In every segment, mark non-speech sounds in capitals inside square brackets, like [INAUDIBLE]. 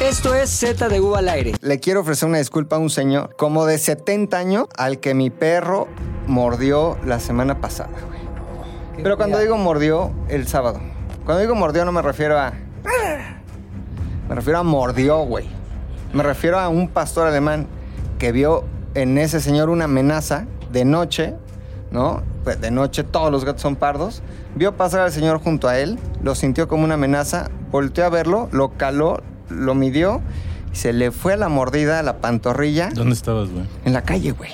Esto es Z de U al aire. Le quiero ofrecer una disculpa a un señor como de 70 años al que mi perro mordió la semana pasada. güey. Pero cuando digo mordió, el sábado. Cuando digo mordió no me refiero a... Me refiero a mordió, güey. Me refiero a un pastor alemán que vio en ese señor una amenaza de noche, ¿no? Pues de noche todos los gatos son pardos. Vio pasar al señor junto a él, lo sintió como una amenaza, volteó a verlo, lo caló, lo midió y se le fue la mordida a la pantorrilla ¿Dónde estabas, güey? en la calle, güey.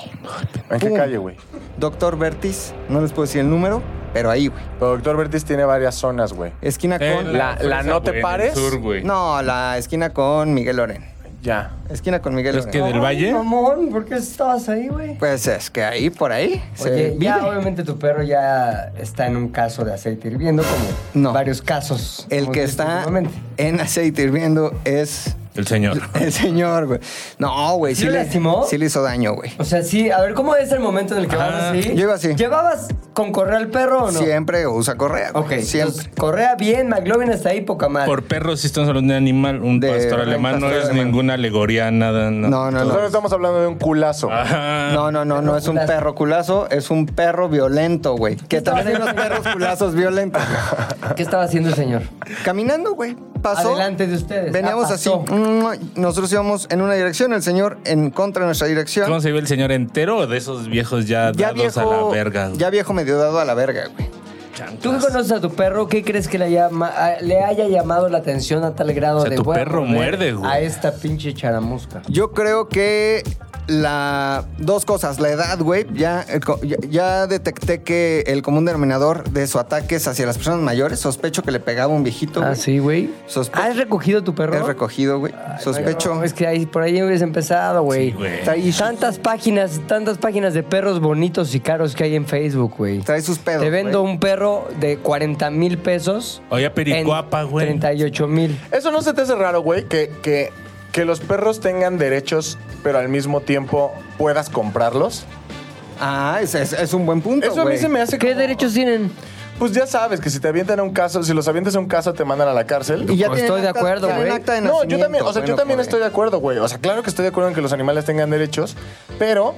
¿En qué Pum. calle, güey? Doctor Bertis, no les puedo decir el número, pero ahí, güey. Pero Doctor Bertis tiene varias zonas, güey. Esquina con... Eh, la- la no güey, te en el pares. sur, güey. No, la esquina con Miguel Loren. Ya. Esquina con Miguel ¿Es Loren. que del Valle? Mamón, ¿por qué estabas ahí, güey? Pues es que ahí, por ahí. se Oye, vive. ya obviamente tu perro ya está en un caso de aceite hirviendo, como No. varios casos. El hemos que visto está últimamente. en aceite hirviendo es El señor. el [LAUGHS] señor, güey. No, güey. ¿Sí lo lastimó? Sí le hizo daño, güey. O sea, sí, a ver, ¿cómo es el momento en el que vas Ajá. así? Yo iba así. ¿Llevabas con correa al perro o no? Siempre usa correa. güey. Ok, siempre. entonces, correa bien, McLovin hasta ahí, poca madre. Por perros sí estamos hablando de animal. Un De- pastor un alemán no pastor es alemán. ninguna alegoría, nada. No. Ah, No, no, Nosotros no. estamos hablando de un culazo. Ajá. No, no, no, no es un Perro perro culazo, es un perro violento, güey. Que también hay unos perros [LAUGHS] culazos violentos. güey. ¿Qué estaba haciendo el señor? Caminando, güey. Pasó. Adelante de ustedes. Veníamos Ah, así. pasó. mm, Nosotros íbamos en una dirección, el señor en contra de nuestra dirección. ¿Cómo se ve el señor entero o de esos viejos ya, ya dados viejo, a la verga? güey? ya viejo medio dado a la verga, güey. Chanclas. ¿Tú que conoces a tu perro? ¿Qué crees que le, haya ma- a- le haya llamado la atención a tal grado O sea, de tu "Voy a perro morder muerde, güey". A esta pinche charamusca. Yo creo que la dos cosas, la edad, güey, ya, eh, co- ya, ya detecté que el común denominador de su ataque es hacia las personas mayores. Sospecho que le pegaba un viejito. Ah, güey. sí, Ah, güey. Sospe- ¿Has recogido tu perro? Es recogido, güey. Sospecho. No, es que ahí, por ahí hubiese empezado, güey. Sí, güey. Trae issues. tantas páginas, tantas páginas de perros bonitos y caros que hay en Facebook, güey. Trae sus pedos. Te vendo güey. un perro de 40 mil pesos. Oye, a Pericuapa, en güey. 38 mil. Eso no se te hace raro, güey, que, que, que los perros tengan derechos, pero al mismo tiempo puedas comprarlos. Ah, es, es- es un buen punto. Eso a mí güey. se me hace ¿Qué como- derechos tienen? Pues ya sabes que si te avientan a un caso, si los avientas a un caso, te mandan a la cárcel. Y ya Pues Estoy tienen de acta- acuerdo, tienen güey. acta de No, yo nacimiento, también, o sea, yo bueno, también pobre. estoy de acuerdo, güey. O sea, claro que estoy de acuerdo en que los animales tengan derechos, pero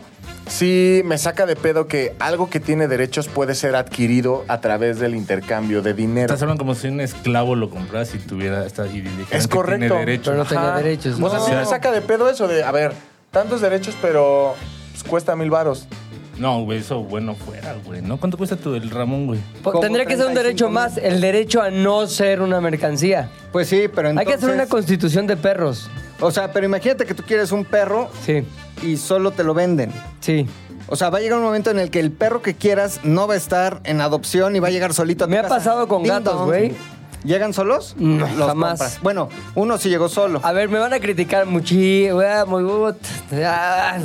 sí me saca de pedo que algo que tiene derechos puede ser adquirido a través del intercambio de dinero. Estás hablando como si un esclavo lo compras y tuviera esta y dijeran que Es correcto. Tiene derecho. Pero no tenía derechos. O sea, No. sí me saca de pedo eso de, a ver, tantos derechos, pero pues, cuesta mil varos. No, güey, eso bueno fuera, güey. ¿No? ¿Cuánto cuesta tu el Ramón, güey? Po- Como Tendría que ser un 35 derecho mil. más, el derecho a no ser una mercancía. Pues sí, pero entonces. Hay que hacer una constitución de perros. O sea, pero imagínate que tú quieres un perro Sí, y solo te lo venden. sí. O sea, va a llegar un momento en el que el perro que quieras no va a estar en adopción y va a llegar solito a tu Me ha casa. pasado con Ding gatos, dong. güey. ¿Llegan solos? No, jamás. Ah, Bueno, uno sí llegó solo. A ver, me van a criticar muchísimo. Ah,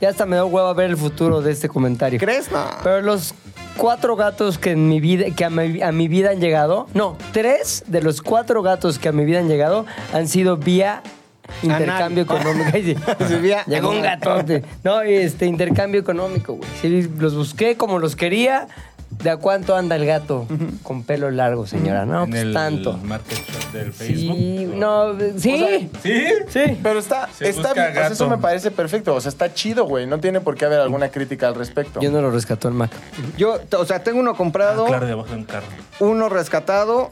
Ya hasta me da hueva ver el futuro de este comentario. ¿Crees? No. Pero los cuatro gatos que en mi vida, que a mi, a mi vida han llegado, no, tres de los cuatro gatos que a mi vida han llegado han sido vía intercambio Anal. económico. [LAUGHS] Ay, sí. [LAUGHS] Sí, vía Llegó un anal. gatote. No, y este intercambio económico, güey. Sí, los busqué como los quería. ¿De a cuánto anda el gato con pelo largo, señora? No, en pues el tanto. marketplace del Facebook. Sí, no, sí. ¿Sí? Sí. Pero está, Se está busca bien, o sea, eso gato. me parece perfecto. O sea, está chido, güey. No tiene por qué haber alguna crítica al respecto. Yo no lo rescató el Mac. Yo, t- o sea, tengo uno comprado, Ah, claro, debajo de un carro. uno rescatado,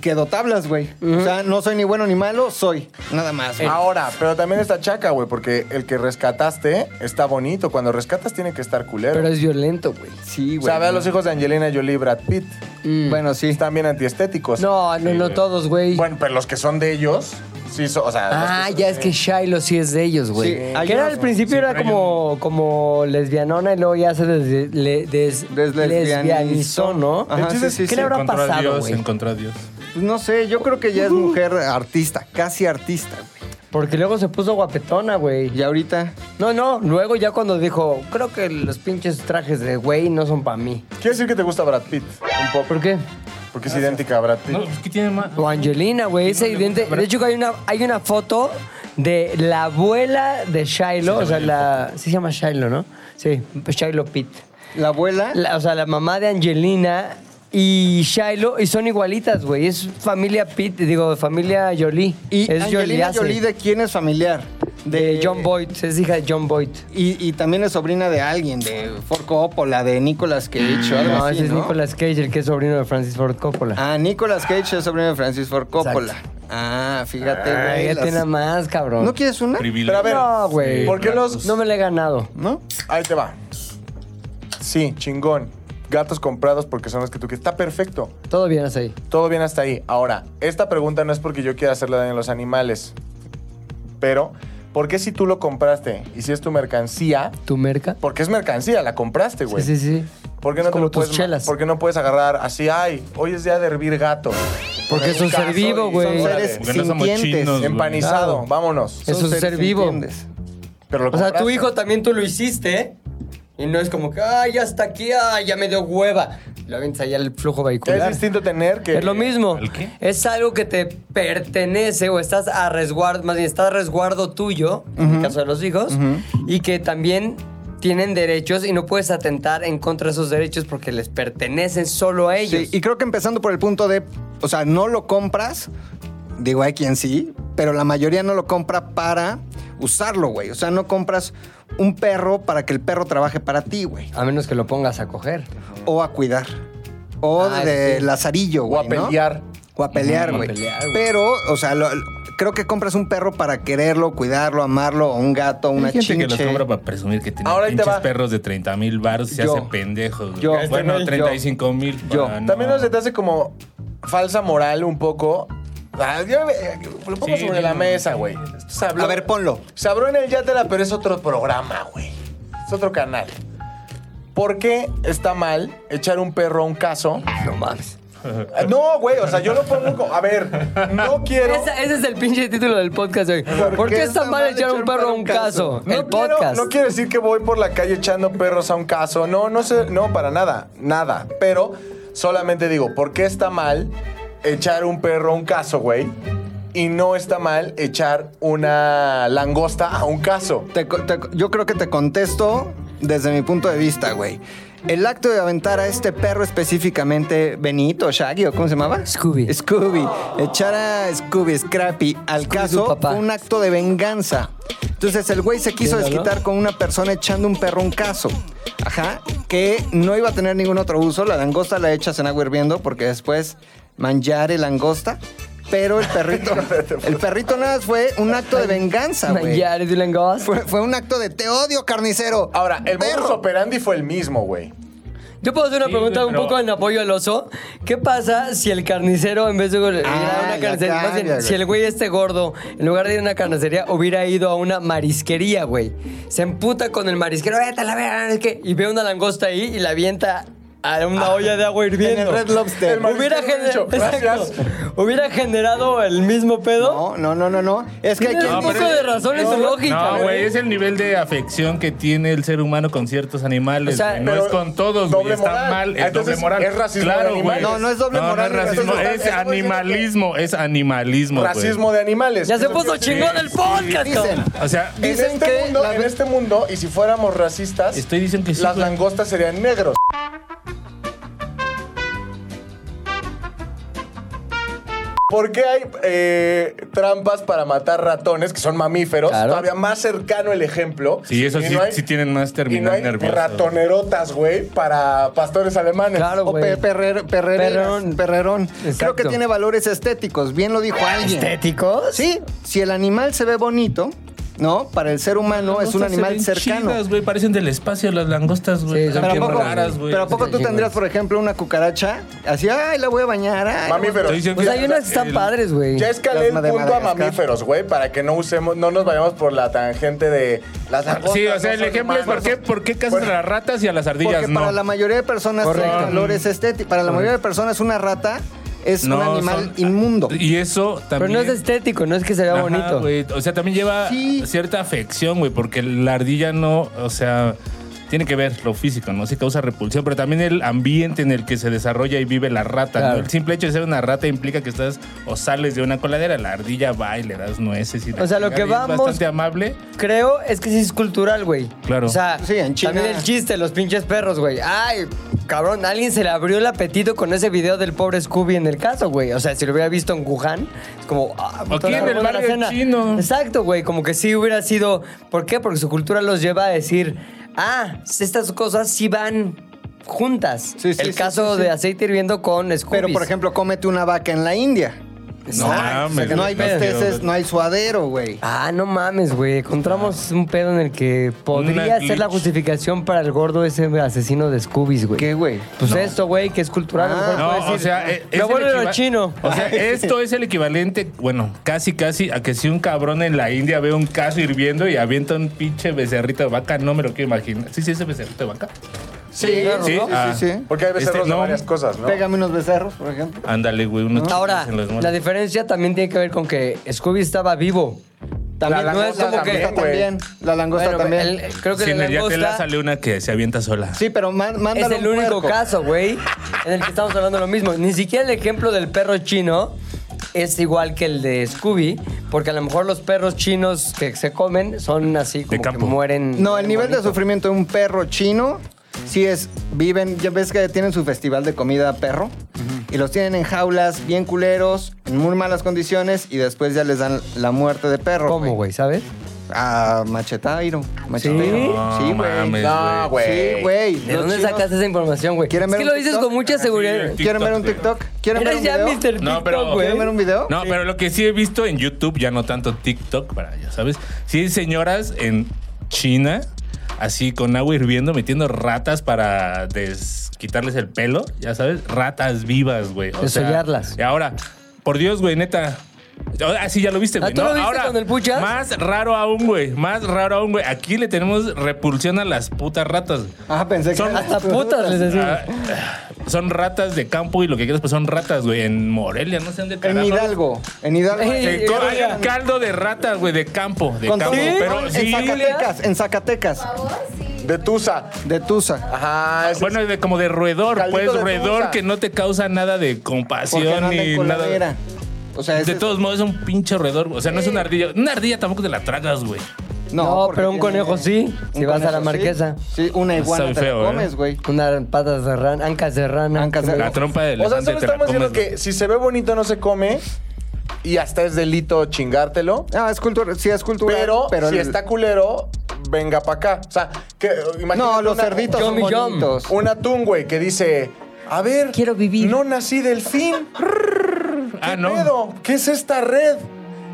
quedó tablas, güey. O sea, no soy ni bueno ni malo, soy. Nada más, Ah, güey. Ahora, pero también está chaca, güey, porque el que rescataste está bonito. Cuando rescatas tiene que estar culero. Pero es violento, güey. Sí, o güey. sea, ve a los hijos de Angelina Jolie y Brad Pitt. Mm. Bueno, sí. Están bien antiestéticos. No, no, no todos, güey. Bueno, pero los que son de ellos, sí, son- o sea... los Ah, son ya de- es que Shiloh sí es de ellos, güey. Sí, hay que era unos- al principio era pero hay como, como lesbianona y luego ya se des, le- des- Deslesbianizó. lesbianizó, ¿no? Ah, Ajá, Entonces, sí, sí, ¿Qué sí. le habrá Encontró a pasado, Dios, güey? encontró a Dios. Pues no sé, yo creo que ya es mujer artista, casi artista, güey. Porque luego se puso guapetona, güey. Y ahorita, No, no, luego ya cuando dijo, creo que los pinches trajes de güey no son para mí. Quiere decir que te gusta Brad Pitt un poco. ¿Por qué? Porque es idéntica a Brad Pitt. No, pues ¿qué tiene más? O Angelina, güey, ese idente. De hecho, hay una, hay una foto de la abuela de Shiloh, o sea, la. Sí se llama Shiloh, ¿no? Sí, Shiloh Pitt. la abuela. La- o sea, la mamá de Angelina y Shiloh y son igualitas, güey. Es familia Pitt, digo, familia Jolie. Y es Angelina Joliace. Jolie, ¿de quién es familiar? de John Boyd, es hija de John Boyd. Y, y también es sobrina de alguien, de Ford Coppola, de Nicolas Cage o algo Mm, No, así, ese es ¿no? Nicolas Cage, el que es sobrino de Francis Ford Coppola. Ah, Nicolas Cage es sobrino de Francis Ford Coppola. Ah, fíjate. Ay, güey, ya las- tiene más, cabrón. ¿No quieres una? Privilegio. Pero a ver, No, güey. ¿por qué los- No me la he ganado. ¿No? Ahí te va. Sí, chingón. Gatos comprados porque son los que tú quieres. Está perfecto. Todo bien hasta ahí. Todo bien hasta ahí. Ahora, esta pregunta no es porque yo quiera hacerle daño a los animales. Pero, ¿por qué si tú lo compraste y si es tu mercancía? ¿Tu merca? Porque es mercancía, la compraste, güey. Sí, sí, sí. ¿Por qué no Es te como lo tus puedes, ma- chelas. ¿Por qué no puedes agarrar así? Ay, hoy es día de hervir gato. Porque es un Caso ser vivo, y- güey. Son Seres seres Porque no somos sintientes. chinos, güey. empanizado, Claro. vámonos. Es un seres ser vivo. sintientes. Pero lo O sea, tu compraste. hijo también tú lo hiciste, ¿eh? Y no es como que, ay, ya está aquí, ay, ya me dio hueva. Lo avientas allá al flujo Es vehicular. distinto tener que. Es lo mismo. ¿El qué? Es algo que te pertenece o estás a resguardo, más bien estás a resguardo tuyo, en el caso de los hijos, y que también tienen derechos y no puedes atentar en contra de esos derechos porque les pertenecen solo a ellos. Sí, y creo que empezando por el punto de, o sea, no lo compras, digo, hay quien sí, pero la mayoría no lo compra para usarlo, güey. O sea, no compras un perro para que el perro trabaje para ti, güey. A menos que lo pongas a coger. O a cuidar. O Ah, de sí. lazarillo, O a güey. ¿no? pelear. O a pelear, Ujú, a güey. pelear, güey. Pero, o sea, lo- creo que compras un perro para quererlo, cuidarlo, amarlo, o un gato, una Hay gente chinche. que los compra para presumir que tiene Ahora ahí te pinches va. perros de 30 mil baros y se Yo. hace pendejo. güey. Yo. Este Bueno, güey, yo. 35 mil. Yo. También no se te hace como falsa moral un poco. Ah, yo, eh, Lo pongo Sí, sobre la no, mesa, sí. güey. Esto se habló- A ver, ponlo. Se habló en el Yatela, pero es otro programa, güey. Es otro canal. ¿Por qué está mal echar un perro a un caso? No mames. Ah, No, güey, o sea, yo lo pongo como... A ver, [LAUGHS] no quiero... Esa- ese es el pinche título del podcast de hoy. ¿Por, qué está mal echar un perro a un caso? No el quiero, podcast. no quiero decir que voy por la calle echando perros a un caso. No, no sé, no, para nada, nada. Pero solamente digo, ¿por qué está mal echar un perro a un caso, güey? Y no está mal echar una langosta a un caso. Te co- te co- yo creo que te contesto desde mi punto de vista, güey. El acto de aventar a este perro específicamente, Benito, Shaggy, ¿o cómo se llamaba? Scooby. Scooby. Echar a Scooby, Scrappy, al Scooby, caso, tu papá. fue un acto de venganza. Entonces el güey se quiso Míralo. desquitar con una persona echando un perro a un caso. Ajá, que no iba a tener ningún otro uso. La langosta la echas en agua hirviendo porque después mangiare langosta. Pero el perrito, el perrito nada más fue un acto de venganza, güey. Mangiare de langosta. Fue, fue un acto de te odio, carnicero. Ah. Ahora, el modus perro. operandi fue el mismo, güey. Yo puedo hacer una Sí, pregunta güey, un pero- poco en apoyo al oso. ¿Qué pasa si el carnicero, en vez de ir Ah, a una ya carnicería, más bien, cambia, güey. si el güey este gordo, en lugar de ir a una carnicería, hubiera ido a una marisquería, güey? Se emputa con el marisquero, vete a la verga", es que- y ve una langosta ahí y la avienta a una olla de agua hirviendo. Ah, en el Red Lobster. El marisquero hubiera, hubiera gener- dicho, "Gracias". Exacto. Hubiera generado el mismo pedo. No, no, no, no, no. Es que hay Tiene quien pero un poco dice. es- de razón en su lógica. No, güey, es el nivel de afección que tiene el ser humano con ciertos animales. O sea, güey. no pero es con todos, güey. doble Está moral. Ah, mal, es Entonces, doble moral. ¿es racismo de claro, animales? güey. No, no es doble moral, No, no es racismo, entonces está- es estamos diciendo que- animalismo, es animalismo, güey. Racismo de animales. Ya se Eso es lo puso que- chingón el podcast, Dicen, cabrón. O sea, En Dicen este que mundo, la- en este mundo, y si fuéramos racistas, Estoy diciendo que sí, las güey. langostas serían negros. ¿Por qué hay eh, trampas para matar ratones, que son mamíferos? Claro. Todavía más cercano el ejemplo. Sí, eso Y sí- sí tienen más y no terminal hay nervioso. ratonerotas, güey, para pastores alemanes. Claro, O "Oh, pe- güey. perrer- perrereras, Perrerón. perrerón. Creo Exacto. que tiene valores estéticos. Bien lo dijo alguien. ¿Estéticos? Sí, si el animal se ve bonito, ¿no? Para el ser humano es un Langostas se animal ven cercano. chidas, güey, parecen del espacio las langostas, güey. Sí, pero, son Están ¿a bien bien poco, raras, güey. pero ¿a poco tú Chingones. tendrías, por ejemplo, una cucaracha? Así, ay, la voy a bañar. ay, Mamíferos. Estoy diciendo Pues que- hay unas que están el- padres, güey. Ya escalé el Las de punto a Madagascar. mamíferos, güey, para que no usemos, no nos vayamos por la tangente de las langostas. Sí, o sea, no el son ejemplo es por humanos, qué, no- por qué cazas Bueno, a las ratas y a las ardillas Porque no. para la mayoría de personas tiene Correcto. valores estéticos. Para la mayoría de personas una rata es No, un animal son- inmundo. Y eso Pero también no es estético, no es que se vea Ajá, bonito. güey. O sea, también lleva Sí. cierta afección, güey, porque la ardilla no, o sea, tiene que ver lo físico, ¿no? Sí causa repulsión, pero también el ambiente en el que se desarrolla y vive la rata, ¿no? Claro. El simple hecho de ser una rata implica que estás o sales de una coladera, la ardilla va y le das nueces y la O sea, lo chingada, que y es vamos- bastante amable. Creo es que sí es cultural, güey. Claro. O sea, Sí, en China. también el chiste, los pinches perros, güey. Ay, cabrón, alguien se le abrió el apetito con ese video del pobre Scooby en el caso, güey. O sea, si lo hubiera visto en Wuhan, es como... Ah, Aquí puta, en la el buena barrio chino. Exacto, güey. Como que sí hubiera sido... ¿Por qué? Porque su cultura los lleva a decir... Ah, estas cosas sí van juntas. Sí, sí, el sí, caso sí, sí. de aceite hirviendo con Scooby. Pero, por ejemplo, cómete una vaca en la India. No mames, no hay güey, estás besteces, pedo. no hay suadero, güey. Ah, no mames, güey. Encontramos un pedo en el que podría Ah. Una ser la glitch. justificación para el gordo ese asesino de Scoobies, güey. ¿Qué, güey? Pues esto, güey, que es cultural. Ah. a lo [LAUGHS] mejor No, puede o decir, sea, e- eh, me es el vuelvo lo equiva- chino. O sea, esto es el equivalente, bueno, casi casi a que si un cabrón en la India ve un caso hirviendo y avienta un pinche becerrito de vaca, no me lo quiero imaginar. Sí, sí, ese becerrito de vaca. Sí, claro, sí, ¿no? ah. sí, sí. Porque hay becerros Este, de no. varias cosas, ¿no? Pégame unos becerros, por ejemplo. Ándale, güey, unos chiles Ahora, en los la mueles. diferencia también tiene que ver con que Scooby estaba vivo. También la no es langosta como que. también, güey. también. La langosta Bueno, también. el- el- creo que Sí, en la el Yatela langosta sale una que se avienta sola. Sí, pero man- es mándalo el un único puerco. caso, güey, en el que estamos hablando lo mismo. Ni siquiera el ejemplo del perro chino es igual que el de Scooby, porque a lo mejor los perros chinos que se comen son así como que campo. mueren. No, el nivel de bonito. sufrimiento de un perro chino, sí es, viven, ya ves que tienen su festival de comida perro, y los tienen en jaulas bien culeros, en muy malas condiciones, y después ya les dan la muerte de perro. ¿Cómo, güey? ¿Sabes? A machetairo. Machetairo. No, Sí, mames, güey. No, güey. Sí, güey. ¿De Los dónde chinos- sacaste esa información, güey? ¿Quieren Es ver que un lo dices TikTok? con mucha Así, seguridad. el ¿Quieren ver un TikTok, TikTok? ¿Quieren ver Eres un ya video? Mr. No, pero- TikTok, güey. ¿Quieren ver un video? No, pero lo que sí he visto en YouTube, ya no tanto TikTok, para ya sabes. Sí hay señoras en China, así con agua hirviendo, metiendo ratas para des- quitarles el pelo, ya sabes. Ratas vivas, güey. O sea, Desollarlas. Y ahora, por Dios, güey, neta. Ah, sí, ya lo viste, ¿Ah, güey. tú ¿no? lo viste Ahora, con el Puchas? Más raro aún, güey. Más raro aún, güey. Aquí le tenemos repulsión a las putas ratas. Ah, pensé que... Son- eran Hasta putas les decimos. Ah, son ratas de campo y lo que quieras, pues son ratas, güey. En Morelia, no sé [LAUGHS] dónde En carajo. Hidalgo. En Hidalgo. Ey, Que Eh, corra oigan. el caldo de ratas, güey, de campo. De Con campo. todo. Pero en sí, Zacatecas, en Zacatecas, favor, sí. De Tusa. de Tusa. Ajá. ese- bueno, de, como de roedor, Caldito pues de roedor tusa. que no te causa nada de Porque compasión no anda ni en coladera. nada. O sea, ese De es- todos modos, es un pinche roedor. O sea, no es una ardilla. Una ardilla tampoco te la tragas, güey. No, porque pero un conejo sí, si un vas a conejo la sí. marquesa. Sí, una iguana Sabe te la feo, ¿eh? comes, güey. Unas patas de rana, ancas de rana. Ancas de Que me- rana. La trompa de O sea, elefante solo te la estamos diciendo comes, güey. que si se ve bonito no se come y hasta es delito chingártelo. Ah, es cultura, sí es cultura. Pero, si el- está culero, venga para acá. O sea, que uh, imagínate No, los una- cerditos son Yum, yum. bonitos. Un atún, güey, que dice, a ver, Quiero vivir. No nací delfín. Ah, ¿Qué no. pedo? ¿Qué es esta red?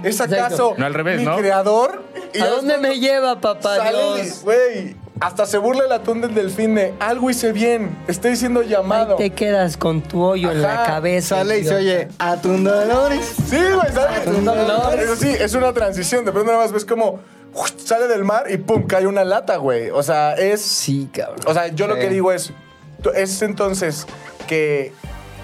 ¿Es acaso No, al revés, mi ¿no? creador? ¿A ya dónde me lleva, papá sale, Dios? güey? Hasta se burla el atún del delfín de algo hice bien, estoy siendo Ahí llamado. te quedas con tu hoyo en la Ajá, cabeza. Sale y se idiota. oye, atún dolores. Sí, güey, Ah, sale. pues Atún dolores. Eso sí, es una transición. De pronto nada más ves como ¡jush! sale del mar y pum, cae una lata, güey. O sea, es. Sí, cabrón. O sea, yo lo Sí. que digo es. tú- Es entonces que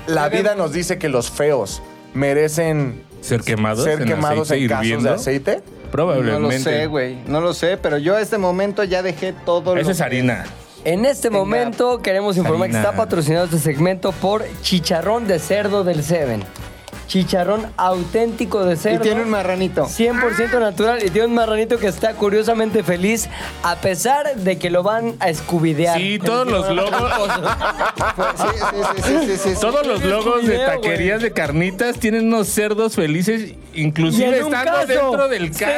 la vida nos dice que los feos merecen Ser quemados. ser quemados en aceite casos hirviendo. de aceite. Probablemente. No lo sé, güey. No lo sé, pero yo a este momento ya dejé todo lo Esa es que- harina. En este momento queremos informar que Harina. está patrocinado este segmento por Chicharrón de Cerdo del Seven. Chicharrón auténtico de Y cerdo. tiene un marranito. 100% natural y tiene un marranito que está curiosamente feliz a pesar de que lo van a escubidear. Sí, todos los logos. Ah, Sí, sí, sí, sí, sí, sí, sí. Todos los logos de video, taquerías de carnitas tienen unos cerdos felices, Y inclusive en un estando caso. dentro del Sí, caso.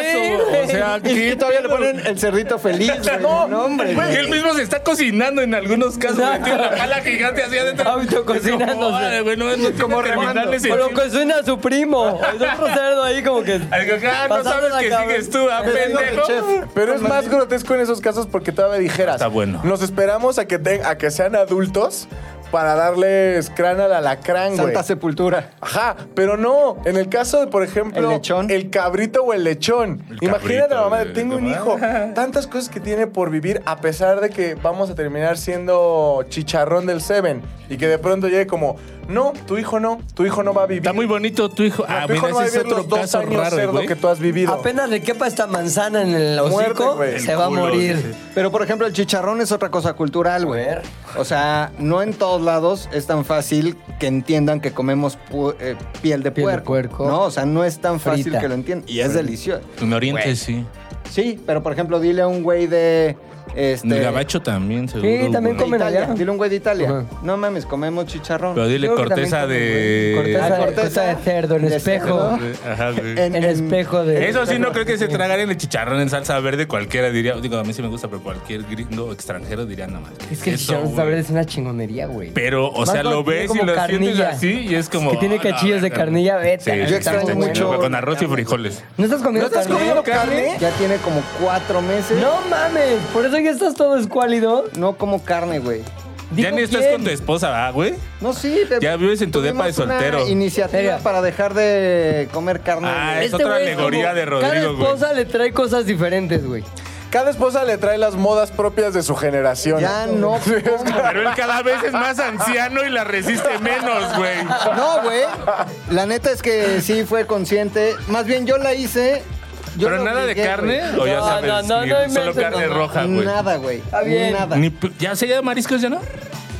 güey. o [LAUGHS] sea, Y ¿qué y todavía le pedo? ponen el cerdito feliz, güey. No, No, hombre. Güey, él mismo se está cocinando en algunos casos. Exacto. güey, tiene la pala gigante así adentro. Autococinándose. Como, "Órale, güey, no, no como terminales Por lo encima". que suena a [LAUGHS] su primo. Es otro cerdo ahí como que. Ay, que, "Ah, no pasando sabes la que cabeza". sigues tú, ah, pendejo. Pero es más grotesco en esos casos porque todavía dijeras. Pues Está bueno. Nos esperamos a que, te- a que sean adultos para darles crán al alacrán, güey. Santa Sepultura. Ajá, pero no. En el caso de, por ejemplo, ¿El lechón? el cabrito o el lechón. El Imagínate cabrito, a la mamá de, güey, tengo un ¿no? [LAUGHS] hijo. Tantas cosas que tiene por vivir a pesar de que vamos a terminar siendo chicharrón del Seven. Y que de pronto llegue como, No, tu hijo no. Tu hijo no va a vivir. Está muy bonito tu hijo. No, ah, tu hijo mira, no va a ese es vivir otro los dos caso años raro, cerdo güey. que tú has vivido. Apenas le quepa esta manzana en el Muerte, hocico, güey. se va a Culo, morir. dice. Pero por ejemplo, el chicharrón es otra cosa cultural, güey. ver. O sea, no en todos lados es tan fácil que entiendan que comemos pu- eh, piel de Piel de puerco. puerco. No, o sea, no es tan fácil Frita. que lo entiendan. Y es delicioso. En Oriente sí. Sí, pero por ejemplo, dile a un güey de. En el Este, gabacho también, seguro. también güey. come- comen Italia. allá. Dile a un güey de Italia. Ajá. No mames, comemos chicharrón. Pero dile Creo que corteza también come, de... Corteza Eh, Ah, de- corteza de cerdo, en de espejo. cerdo. [LAUGHS] Ajá, güey. En- En espejo de. Eso sí, no creo que se tragaran el chicharrón en salsa verde cualquiera diría. Digo, a mí sí me gusta, pero cualquier gringo o extranjero diría nada más. Es que el eso, chicharrón güey?" está verde es una chingonería, güey. Pero, o sea, cuando lo tiene ves y como lo sientes carnilla. así y es como. Que tiene "Ah, la cachillos de verga". carnilla, vete. Sí, Yo sí, extraño sí, mucho- güey, Con arroz y frijoles. ¿No estás comiendo ¿No estás carne? comiendo carne? Ya tiene como cuatro meses. No mames, por eso ya estás todo escuálido. No como carne, güey. Ya Digo, ni estás ¿quién? con tu esposa, ¿ah, güey? No, sí. te- Ya vives en tu depa de tuvimos una soltero. iniciativa Serio. para dejar de comer carne. Ah, güey. es otra Este güey alegoría como- de Rodrigo, güey. Cada esposa le trae cosas diferentes, güey. Cada esposa le trae las modas propias de su generación. [LAUGHS] Ya no. Pero él cada vez es más anciano y la resiste menos, güey. [LAUGHS] No, güey. La neta es que sí fue consciente. Más bien yo la hice. Yo Pero la nada de obligué, carne, güey. o ya No, sabes. no, no, ni- no solo inventes, carne no, no. roja, güey. Nada, güey. Está bien. Nada. Ni p- ¿Ya se llama mariscos ya no?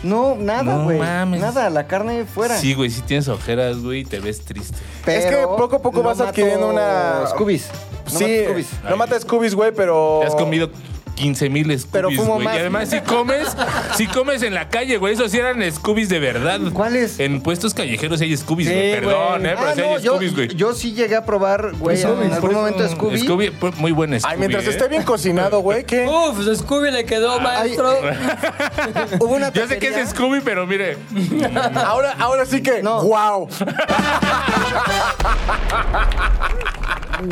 No, nada, No güey. mames. nada, la carne fuera. Sí, güey, sí tienes ojeras, güey, y te ves triste. Pero Es que poco a poco no vas mato adquiriendo una- Scoobies. No sí, mato Scoobies. no mata Scoobies, güey, pero. Te has comido 15 mil Pero Scoobies, fumo güey. Y más. además, si comes, si comes en la calle, güey, esos sí eran Scoobies de verdad. ¿Cuáles? En puestos callejeros hay Scoobies, Sí, güey. güey. Perdón, eh, pero Ah, sí no, hay yo, Scoobies, güey. yo sí llegué a probar, güey, en algún momento Scooby. Scooby, pues, muy buen Scooby. Ay, mientras eh. esté bien cocinado, [LAUGHS] güey, ¿qué? Uf, su Scooby le quedó, maestro. [LAUGHS] Hubo una Yo sé que taquería- es Scooby, pero mire. Ahora, ahora sí que. No. [LAUGHS] ¡Wow!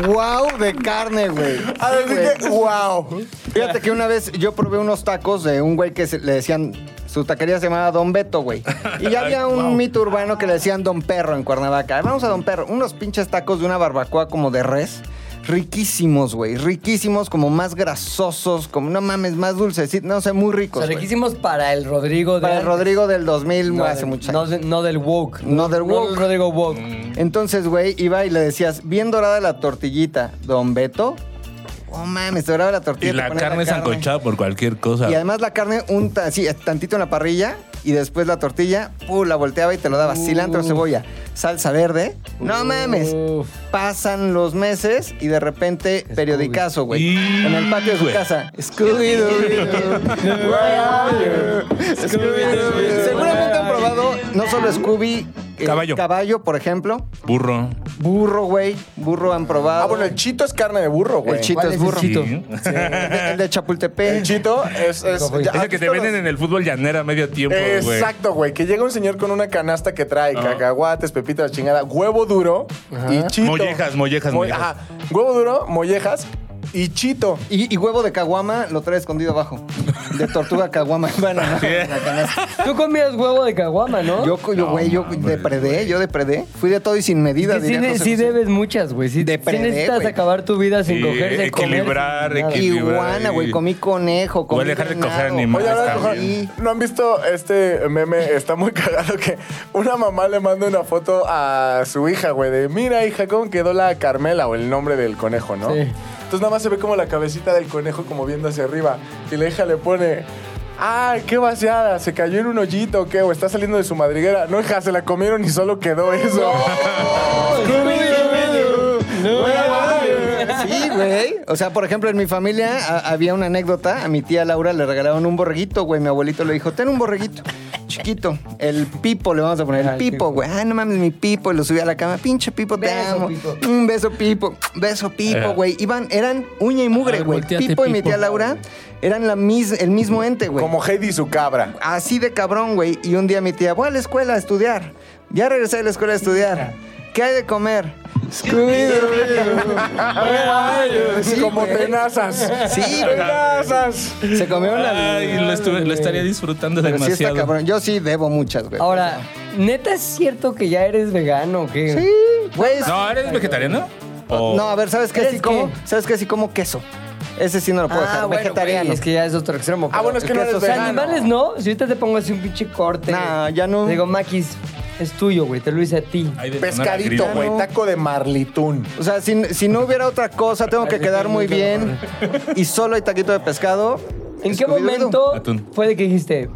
Wow de carne, güey. Ahora sí güey. que. ¡Wow! Fíjate que una vez yo probé unos tacos de un güey que se- le decían. Su taquería se llamaba Don Beto, güey. Y ya había un Wow. mito urbano que le decían Don Perro en Cuernavaca. Vamos a Don Perro. Unos pinches tacos de una barbacoa como de res. Riquísimos, güey. Riquísimos, como más grasosos, como no mames, más dulcecitos. No sé, muy O ricos. sea, güey. riquísimos para el Rodrigo de Para el antes. Rodrigo del 2000, No, hace del- muchos no años. de- no del woke. No del woke. No del Rodrigo woke. Entonces, güey, iba y le decías, bien dorada la tortillita, don Beto. Oh, mames, dorada la Y tortilla. te la ponías carne es ancochada por cualquier cosa. Y además la carne, un ta- sí, tantito en la parrilla y después la tortilla, ¡pum! la volteaba y te lo daba. Cilantro, cebolla, salsa verde. No mames. Uf. Pasan los meses y de repente, periodicazo, güey. Y- En el patio de su güey. casa. Scooby-Doo. Scooby-Doo. Seguramente han probado no solo Scooby, eh, Caballo. caballo, por ejemplo. Burro. Burro, güey. Burro han probado. Ah, bueno, el chito es carne de burro, güey. El chito ¿Cuál es es el burro. chito? Sí. El de- el de Chapultepec. El chito es. es, ya, Ah, Es el que te venden en el fútbol llanera a medio tiempo, güey. Ah. Exacto, güey. Que llega un señor con una canasta que trae cacahuates, pepitas, chingada, huevo duro y chito. Mollejas, mollejas, Mo- mollejas. Ajá. Huevo duro, mollejas y chito. Y, y huevo de caguama lo trae escondido abajo. De tortuga [LAUGHS] caguama. Bueno, no, en la canasta. Tú comías huevo de caguama, ¿no? Yo, co- yo, güey, yo depredé, yo depredé. Fui de todo y sin medida. Sí, sí, diría de- José sí José. debes muchas, güey. Sí, De sí prender, necesitas güey. acabar tu vida sin Sí, coger, sin equilibrar, comer, sin nada. equilibrar. Iguana, güey. Comí conejo. Comí Voy a dejar de coger venado. animales Oye, ahora, también. ojo, ¿no han visto este meme? [LAUGHS] Está muy cagado que una mamá le manda una foto a su hija, güey, de mira, hija, cómo quedó la Carmela o el nombre del conejo, ¿no? Sí. Entonces nada más se ve como la cabecita del conejo como viendo hacia arriba. Y la hija le pone, ay, qué vaciada, se cayó en un hoyito, o ¿qué? O está saliendo de su madriguera. No, hija, se la comieron y solo quedó eso. [LAUGHS] Sí, güey. O sea, por ejemplo, en mi familia a- había una anécdota. A mi tía Laura le regalaron un borreguito, güey. Mi abuelito le dijo, ten un borreguito. Chiquito. El pipo, le vamos a poner. El Ay, pipo, pipo. güey. Ah, no mames, mi pipo. Y lo subí a la cama. Pinche pipo, te Beso, amo. pipo. Un beso, pipo. Beso, pipo, Ajá. güey. Iban, eran uña y A mugre, ver, güey. Pipo, volteate, y mi Pipo. tía Laura eran la mis- el mismo ente, güey. Como Heidi y su cabra. Así de cabrón, güey. Y un día mi tía, voy a la escuela a estudiar. Ya regresé de la escuela a estudiar. ¿Qué hay de comer? Scooby-Doo. Sí, como güey. tenazas. Sí, güey. Tenazas. Se comió una. Ay, lo, estuve- lo estaría disfrutando Pero sí está demasiado. cabrón. Yo sí debo muchas, güey. Ahora, ¿neta es cierto que ya eres vegano o qué? Sí, güey. no, ¿eres vegetariano? O- No, a ver, ¿sabes qué? ¿Eres Sí como, qué? ¿Sabes qué? Sí como queso. Ese sí no lo puedo Ah, dejar. bueno, pues, Vegetariano. güey, es que ya es otro extremo. Ah, pero- bueno, es que no queso eres O sea, vegano. animales no. Si ahorita te pongo así un pinche corte. No, ya no. Digo, Maquis, Es tuyo, güey. Te lo hice a ti. Hay de sonar a Pescadito, grito, güey. ¿no? Taco de marlitún. O sea, si, si no hubiera otra cosa, tengo que quedar muy bien y solo hay taquito de pescado. ¿En qué Scooby-Doo. momento Atún. fue de que dijiste,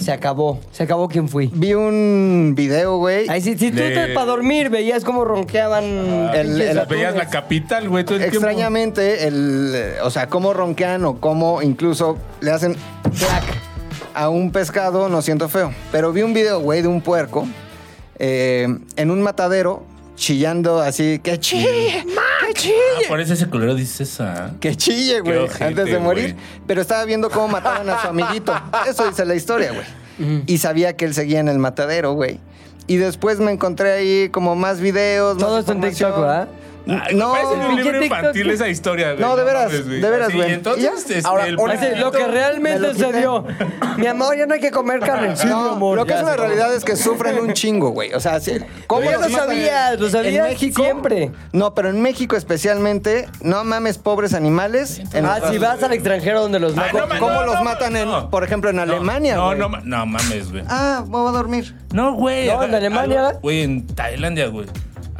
se acabó, se acabó quien fui? Vi un video, güey. Ay, si, si tú De- para dormir veías cómo ronqueaban. Ah, el- el- Las veías la capital, güey, todo el tiempo. Extrañamente, el, eh, o sea, cómo ronquean o cómo incluso le hacen clac a un pescado, no siento feo. Pero vi un video, güey, de un puerco eh, en un matadero chillando así, que chille, que Ah, chille, por eso ese culero dice esa. que chille, Qué güey, ojete, antes de morir. güey. Pero estaba viendo cómo mataban a su amiguito. Eso dice la historia, güey. Y sabía que él seguía en el matadero, güey. Y después me encontré ahí como más videos. más Todo esto en información. TikTok, ¿verdad? Ay, No, Ah, parece un pinche libro TikTok. infantil esa historia, güey. No, de veras, mames, de veras, Así, güey. y Entonces, ¿Ya? este, Ahora, el una- Así, lo que Me realmente lo se quité. dio. Mi amor, ya no hay que comer carne. Sí, mi No, amor. lo que ya es una se acabó. realidad es que sufren un chingo, güey. O sea, sí, ¿cómo Ya los lo matan? sabías, lo sabías siempre. No, pero en México especialmente, no mames, pobres animales. En Ah, otras- si vas al extranjero donde los matan. Ay, no, ¿Cómo, ma- cómo no, los no, matan, en, no. por ejemplo, en No, Alemania? No, güey? no, ma- no mames, güey. Ah, me voy a dormir. No, güey. No, en a- Alemania. a- Güey, en Tailandia, güey.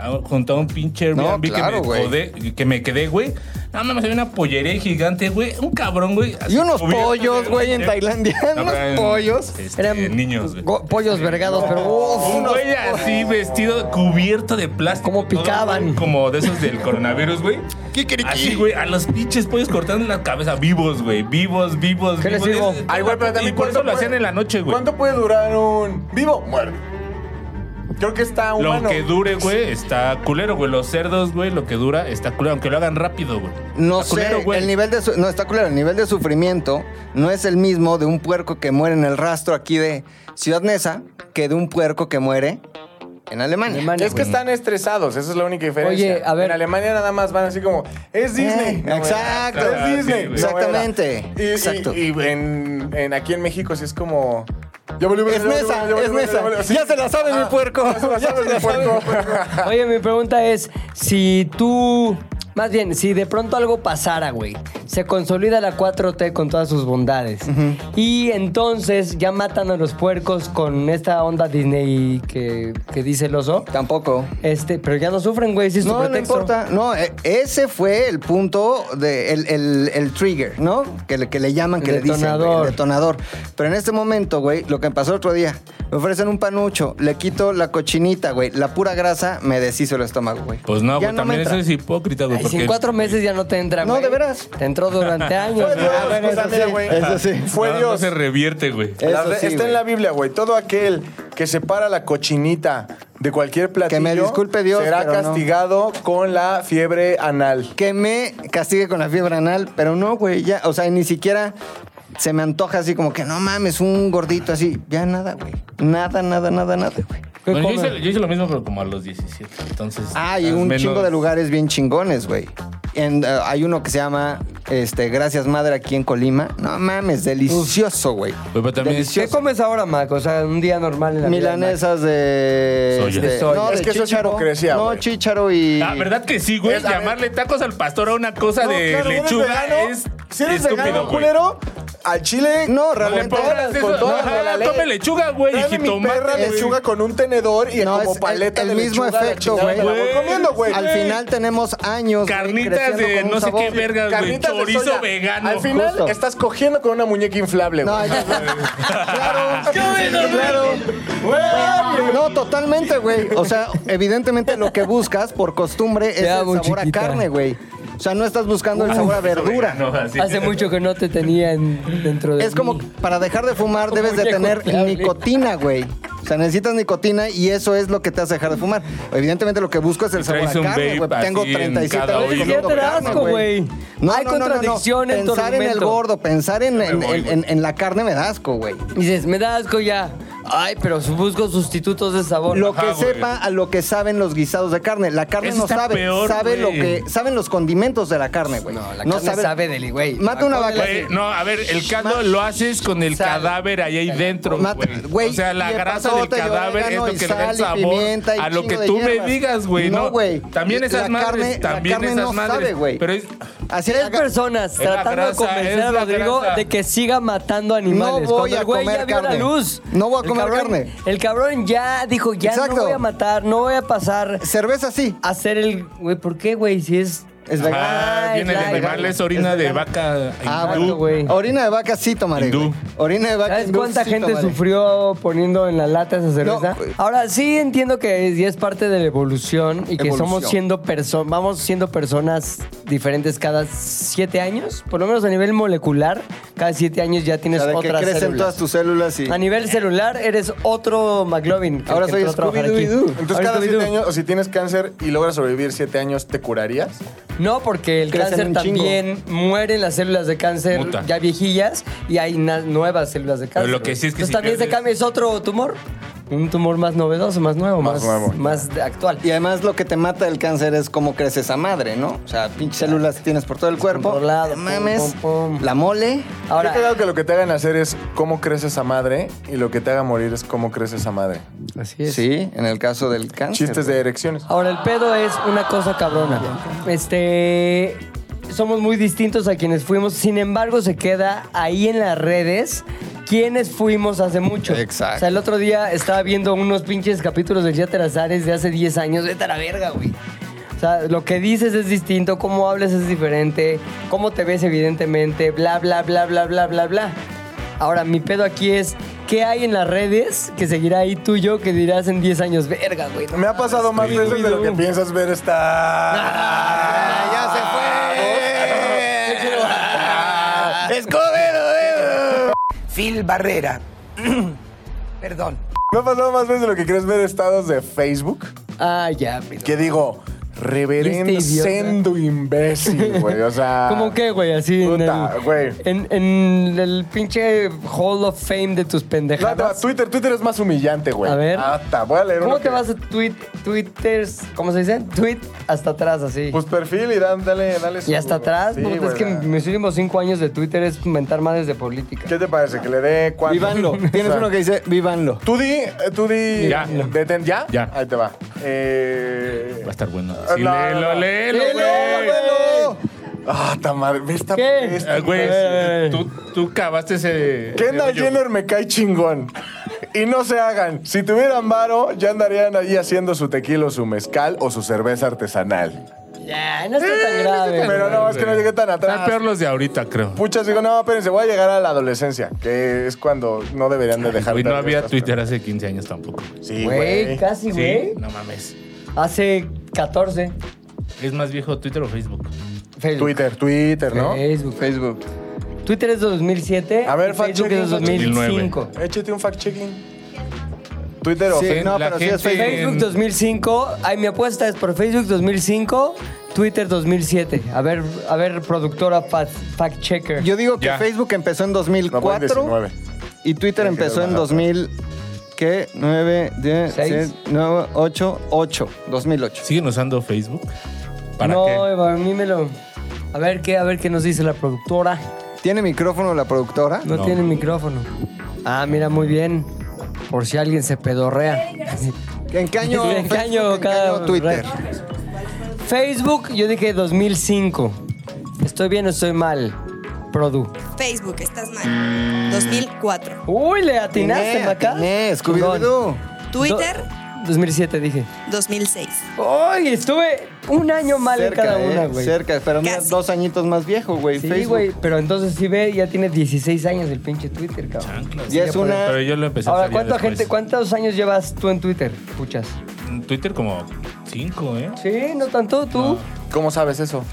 Ah, Junto a un pinche No, Airbnb claro, que, me güey. jodé- que me quedé, güey. No mames, había una pollería gigante, güey. Un cabrón, güey. así Y unos cubierto pollos, de- güey, en Tailandia. [LAUGHS] No, unos pero eran, pollos. este, Eran niños, güey. go- pollos vergados, pero uf, Un unos- güey así vestido, cubierto de plástico. Como todo, picaban. güey, como de esos del coronavirus, güey. Así, güey, a los pinches pollos cortando la cabeza vivos, güey. Vivos, vivos, ¿Qué les vivos. digo? Es- Ay, güey, Ah, pero Y también por eso ¿cuánto lo hacían puede- en la noche, güey. ¿Cuánto puede durar un vivo? Muerto. Creo que está humano. Lo que dure, güey, está culero, güey. Los cerdos, güey, lo que dura está culero. Aunque lo hagan rápido, güey. No Está sé, culero, güey. el nivel de su- no está culero, el nivel de sufrimiento no es el mismo de un puerco que muere en el rastro aquí de Ciudad Neza que de un puerco que muere en Alemania. Alemania, Es que están estresados, esa es la única diferencia. Oye, a ver. En Alemania nada más van así como, es Disney. Eh, No era. exacto. Es Disney. Sí, güey. No era. Exactamente, Y- y- exacto. Y, en, en- aquí en México sí es como... Ya volvió, Es ya volvió, Nesa, ya volvió, es ya volvió, Nesa. volvió. Sí. Ya se la sabe mi Ah, puerco. Ya se [LAUGHS] la sabe mi puerco. Oye, mi pregunta es, si tú, más bien, si de pronto algo pasara, güey, se consolida la 4T con todas sus bondades y entonces ya matan a los puercos con esta onda Disney que, que dice el oso, Tampoco. este, pero ya no sufren, güey, si es tu No, no pretexto. importa. No, e- ese fue el punto de el, el- el trigger, ¿no? Que le, que le llaman, que El le dicen. güey, detonador. el detonador. Pero en este momento, güey, lo que me pasó el otro día, me ofrecen un panucho, le quito la cochinita, güey, la pura grasa, me deshizo el estómago, güey. Pues no, Ya güey, me también entra. eso es hipócrita, güey. Ay, si en porque- cuatro meses ya no te entra, No, güey. de veras. Te entró durante años, [LAUGHS] Fue güey. Dios, Ah, bueno, pues, eso ándale, sí. güey. Eso sí. Fue No, no Dios. se revierte, güey. La Eso re- sí, está güey. en la Biblia, güey. Todo aquel que separa la cochinita de cualquier platillo me disculpe Dios, será pero no. castigado con la fiebre anal. Que me castigue con la fiebre anal, pero no, güey, ya, o sea, ni siquiera se me antoja así como que no mames, un gordito así. Ya nada, güey. Nada, nada, nada, nada, güey. ¿Qué Bueno, yo, comen? hice, yo hice lo mismo, pero como a los 17. Entonces. Ah, y más un menos- chingo de lugares bien chingones, güey. En, eh, hay uno que se llama este, Gracias Madre aquí en Colima. No mames, delicioso, güey. Güey, pero también. Delicioso. ¿Qué comes ahora, Mac? O sea, un día normal en la vida, Milanesas de. Soya. este, De soya. no, Es de que eso es chícharo. hipocresía, No, güey. chícharo y. Ah, ¿verdad que sí, güey? Es- a ver. Llamarle tacos al pastor a una cosa No, de claro, eres lechuga vegano. es si eres estúpido, vegano, güey. culero, al chile No, No le realmente. pongas eso. con todo Ajá, lo de la ley. tome lechuga, güey, y Tráeme mi jitomate, perra güey. lechuga con un tenedor y No, como es el- paleta el de mismo lechuga, la efecto, chingada, me la güey. voy comiendo, güey. Al final tenemos años. güey, Carnitas creciendo de con un no sé sabor. qué vergas, güey. Carnitas de soya. Chorizo vegano. Al final Justo. estás cogiendo con una muñeca inflable, güey. No, ya- [LAUGHS] claro. bueno, claro. No, totalmente, güey. O sea, evidentemente lo que buscas por costumbre es Te el amo, sabor chiquita. a carne, güey. O sea, no estás buscando el sabor a verdura. No, así. Hace mucho que no te tenía en- dentro de Es como mí. para dejar de fumar debes de muñeco tener inflable. nicotina, güey. O sea, necesitas nicotina y eso es lo que te hace dejar de fumar. Evidentemente lo que busco es el Y sabor traes a un carne, vape güey. así Tengo en 37 cada años oído. comiendo Te da carne, asco, güey. Hay contradicción en tu Pensar en el argumento. gordo, pensar en, en- voy, güey. en- en- en la carne me da asco, güey. Dices, me da asco ya. Ay, pero su- busco sustitutos de sabor. Lo Ajá, que güey. sepa a lo que saben los guisados de carne. La carne Eso no está sabe. peor, sabe güey. lo que. Saben los condimentos de la carne, güey. No, la carne sabe del- güey. Mata una vaca. Güey, no, a ver, el caldo lo haces con el cadáver ahí, ahí dentro, Mata- güey. güey, O sea, la y el grasa del pasote, y cadáver es orégano, lo y que le da el sal, y sabor pimienta, y a lo chingo que de tú me hierbas. digas, güey. No, No, güey. También La esas madres, carne- la también carne esas no madres. sabe, güey. Pero es Así Tres haga- personas Es la tratando de grasa, convencer es a la Rodrigo grasa. de que siga matando No animales. voy Cuando el a güey ya comer vio la carne. luz. No voy a El comer cabrón- carne. El cabrón ya dijo, ya Exacto. no voy a matar, no voy a pasar Cerveza sí. a hacer el... Güey, ¿por qué, güey? Si es... Es vegano. Ah, Ah, viene es de vegano. animales, orina Es de vegano. vaca. Ah, Exacto, bueno. hindú. güey. Orina de vaca sí tomaré. Hindú. güey. Orina de vaca ¿Sabes hindú cuánta sí gente tomaré. sufrió poniendo en la lata esa cerveza? güey. Ahora sí entiendo que es, y es parte de la evolución y que Evolución. somos siendo personas, vamos siendo personas diferentes cada siete años, por lo menos a nivel molecular, cada siete años ya O tienes sea, de que otras crecen células. todas tus células y... A nivel celular eres otro McLovin. que- Ahora que soy entró a trabajar aquí. Scooby-Doo. Entonces, Ahora cada siete Scooby-Doo. años, o si tienes cáncer y logras sobrevivir siete años, ¿te curarías? No, porque el Crecen cáncer un chingo. también mueren las células de cáncer Muta. ya viejillas y hay na- nuevas células de cáncer. lo que sí es que Entonces si también se pierdes- cambia, es otro tumor. Un tumor más novedoso, más nuevo, más, Más nuevo. más de- actual. Y además lo que te mata del cáncer es cómo crece esa madre, ¿no? O sea, pinches células que tienes por todo el cuerpo. Descontrolado, No pum, mames. pum, pum. La mole. Ahora, Ahora, Qué cagado que lo que te hagan hacer es cómo crece esa madre y lo que te haga morir es cómo crece esa madre. así es. Sí, en el caso del cáncer. Chistes de erecciones. Ahora, el pedo es una cosa cabrona. Este. Somos muy distintos a quienes fuimos, sin embargo, se queda ahí en las redes quienes fuimos hace mucho. Exacto. O sea, el otro día estaba viendo unos pinches capítulos del Yate Azares de hace 10 años. Vete a la verga, güey. O sea, lo que dices es distinto, cómo hablas es diferente, cómo te ves, evidentemente, bla, bla, bla, bla, bla, bla, bla. Ahora, mi pedo aquí es. ¿Qué hay en las redes que seguirá ahí tú y yo que dirás en 10 años? Verga, güey. no Me ha pasado más veces de lo que piensas ver esta. ya se fue. Ah, Escobedo, eh. Phil Barrera. [CLEARS THROAT] Perdón. Me ha pasado más veces de lo que crees ver estados de Facebook. Ah, ya, pero. Que digo, reverendo Este idiota. sendo imbécil, güey. O sea. ¿Cómo qué, güey? Así en Puta, el, güey. En, en el pinche Hall of Fame de tus No, te va- pendejadas. Twitter, Twitter es más humillante, güey. A ver. Hasta, voy a leer ¿Cómo uno te que- vas a tweet, Twitters? ¿Cómo se dice? Tweet hasta atrás, así. Pues perfil y dan- dale, dale su- y hasta atrás, Sí, puta, güey, es que la- mis últimos cinco años de Twitter es inventar madres de política. ¿Qué te parece? ¿Que le dé cuánto? Vivanlo. [LAUGHS] Tienes O sea, uno que dice, vivanlo. Tú di, eh, tú di. Ya. deten- ¿Ya? Ya. Ahí te va. Eh... Va a estar bueno. Ah, Sí, no, léelo, no. léelo, güey. ¡Léelo, Ah, ta madre. Ve esta. ¿Qué? esta- Ah, Güey, Eh. tú, tú cavaste ese. Kendall ese hoyo. Jenner me cae chingón. Y no se hagan. Si tuvieran varo, ya andarían ahí haciendo su tequila, o su mezcal o su cerveza artesanal. Ya, no está tan grave. Pero no, es que no llegué Eh, tan atrás. Están peor los de ahorita, creo. Muchas digo, no, espérense, voy a llegar a la adolescencia, que es cuando no deberían de dejar. Güey, no ver había estas Twitter hace 15 años tampoco. cosas. Sí, Güey, güey. casi, güey. Sí, no mames. Hace 14. ¿Es más viejo Twitter o Facebook? Facebook. Twitter, Twitter, ¿no? Facebook. Facebook. Twitter es de 2007. A ver, y Facebook fact-checking, es de 2005. fact-checking. Échate un fact-checking. Twitter o Sí, Facebook. no, La pero sí es gente- Facebook. Facebook En- 2005. Ay, mi apuesta es por Facebook 2005, Twitter 2007. A ver, a ver, productora fa- fact checker. Yo digo que Ya. Facebook empezó en No, 2004 19. y Twitter Creo que empezó lo en bajaste. 2000 ¿qué? 9, 10, Seis. 7, 9, 8, 8, 2008. ¿Siguen usando Facebook? ¿Para no, eh. qué? Eva, a mí me lo. A ver qué, a ver qué nos dice la productora. ¿Tiene micrófono la productora? No, No. tiene micrófono. Ah, mira, muy bien. Por si alguien se pedorrea. ¿En qué año? Facebook, en ¿En qué año qué año cada- Twitter? Facebook, yo dije 2005. ¿Estoy bien o estoy mal? Produ. Facebook, estás mal. 2004. Uy, le atinaste, Atiné, Maca. atiné, Chingón. Scooby-Doo. Twitter, Do- 2007 dije. 2006. ¡Ay! Estuve un año mal cerca, en cada eh, una, güey. Cerca, pero mira, Casi. dos añitos más viejo, güey. Sí, Facebook. güey, pero entonces sí ve, ya tiene 16 años el pinche Twitter, cabrón. Chanclas. Ya es una- Pero yo lo empecé a Ahora, usar pues, ya ¿cuánta después. gente, ¿cuántos años llevas tú en Twitter? Puchas. En Twitter como 5, ¿eh? Sí, no tanto, tú ¿Cómo sabes eso?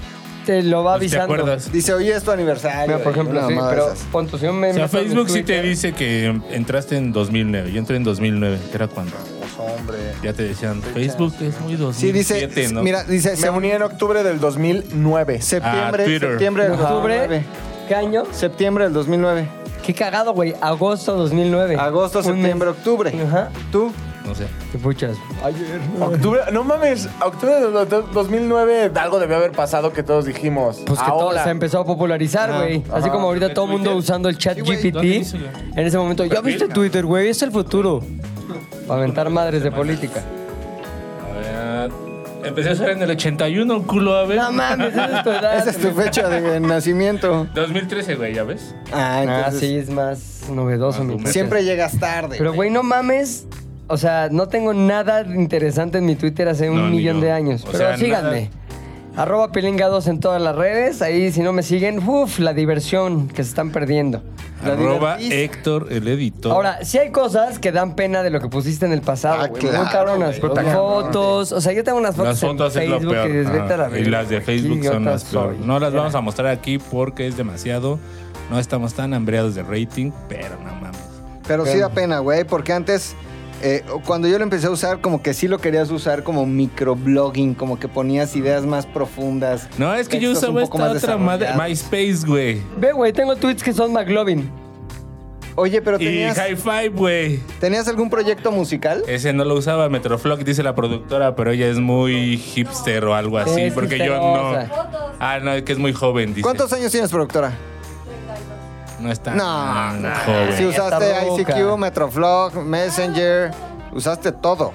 te lo va Pues, ¿Te avisando. acuerdas? Dice, oye, es tu aniversario. Mira, por ejemplo, Una sí, mamada pero de esas. pon tu- si yo me O sea, meto en Facebook sí te Twitter- dice que entraste en 2009. Yo entré en 2009, que era cuando hombre. ya te decían, Facebook es muy Sí, 2007, dice, ¿no? mira, dice Me uní en octubre del 2009. septiembre, Ah, Twitter. septiembre del ¿Octubre? 2009. ¿Qué año? Septiembre del 2009. Qué cagado, güey. Agosto 2009. Agosto, Eh, Un septiembre, mes. octubre. Ajá. ¿Tú? no sé. Qué puchas. Ayer. Octubre, no mames, octubre del do- do- 2009 algo debió haber pasado que todos dijimos. Pues que ahora. todo se empezó a popularizar, Ah. Ajá, güey. Así como ahorita todo el mundo Twitter? usando el chat Sí, güey, GPT. ¿dónde hizo yo? En ese momento, ¿ya Perfil, viste ¿no? Twitter, güey? [LAUGHS] Es el futuro. Para aventar madres de política. A ver, Empecé a usar en el 81, culo, a ver. No mames, esa es tu edad. Esa es tu fecha de nacimiento. 2013, güey, ¿ya ves? Ah, Ah, entonces. sí, es más novedoso. mi Argumento. Siempre llegas tarde. Pero, güey, no mames. O sea, no tengo nada interesante en mi Twitter hace un No, ni millón yo. de años. O pero sea, síganme. Arroba pilinga2 en todas las redes. Ahí, si no me siguen, uff, la diversión que se están perdiendo. La Arroba divertís. Héctor, el editor. Ahora, sí hay cosas que dan pena de lo que pusiste en el pasado, Ah, güey. claro, Muy cabronas. güey. Puta, fotos. O sea, yo tengo unas fotos, las fotos en es lo Facebook peor. que dices, vete a la Ajá. y verga, las de güey, qué Facebook son idiota las peor. soy. No las Ya. vamos a mostrar aquí porque es demasiado. No estamos tan hambreados de rating, pero no mames. Pero sí da pena, güey, porque antes, eh, cuando yo lo empecé a usar, como que sí lo querías usar como microblogging, como que ponías ideas más profundas. No, es que yo textos un usaba poco esta más otra madre. desarrollados. MySpace, güey. Ve, güey, tengo tweets que son McLovin. Oye, pero Y tenías, High Five, güey. ¿tenías algún proyecto musical? Ese no lo usaba Metroflog, dice la productora, pero ella es muy hipster o algo así, Es porque yo no. Fotos. Ah, no, es que es muy joven, dice. ¿Cuántos años tienes, productora? No está. No, tan no. joven. Si usaste Está loca. ICQ, Metroflog, Messenger, usaste todo.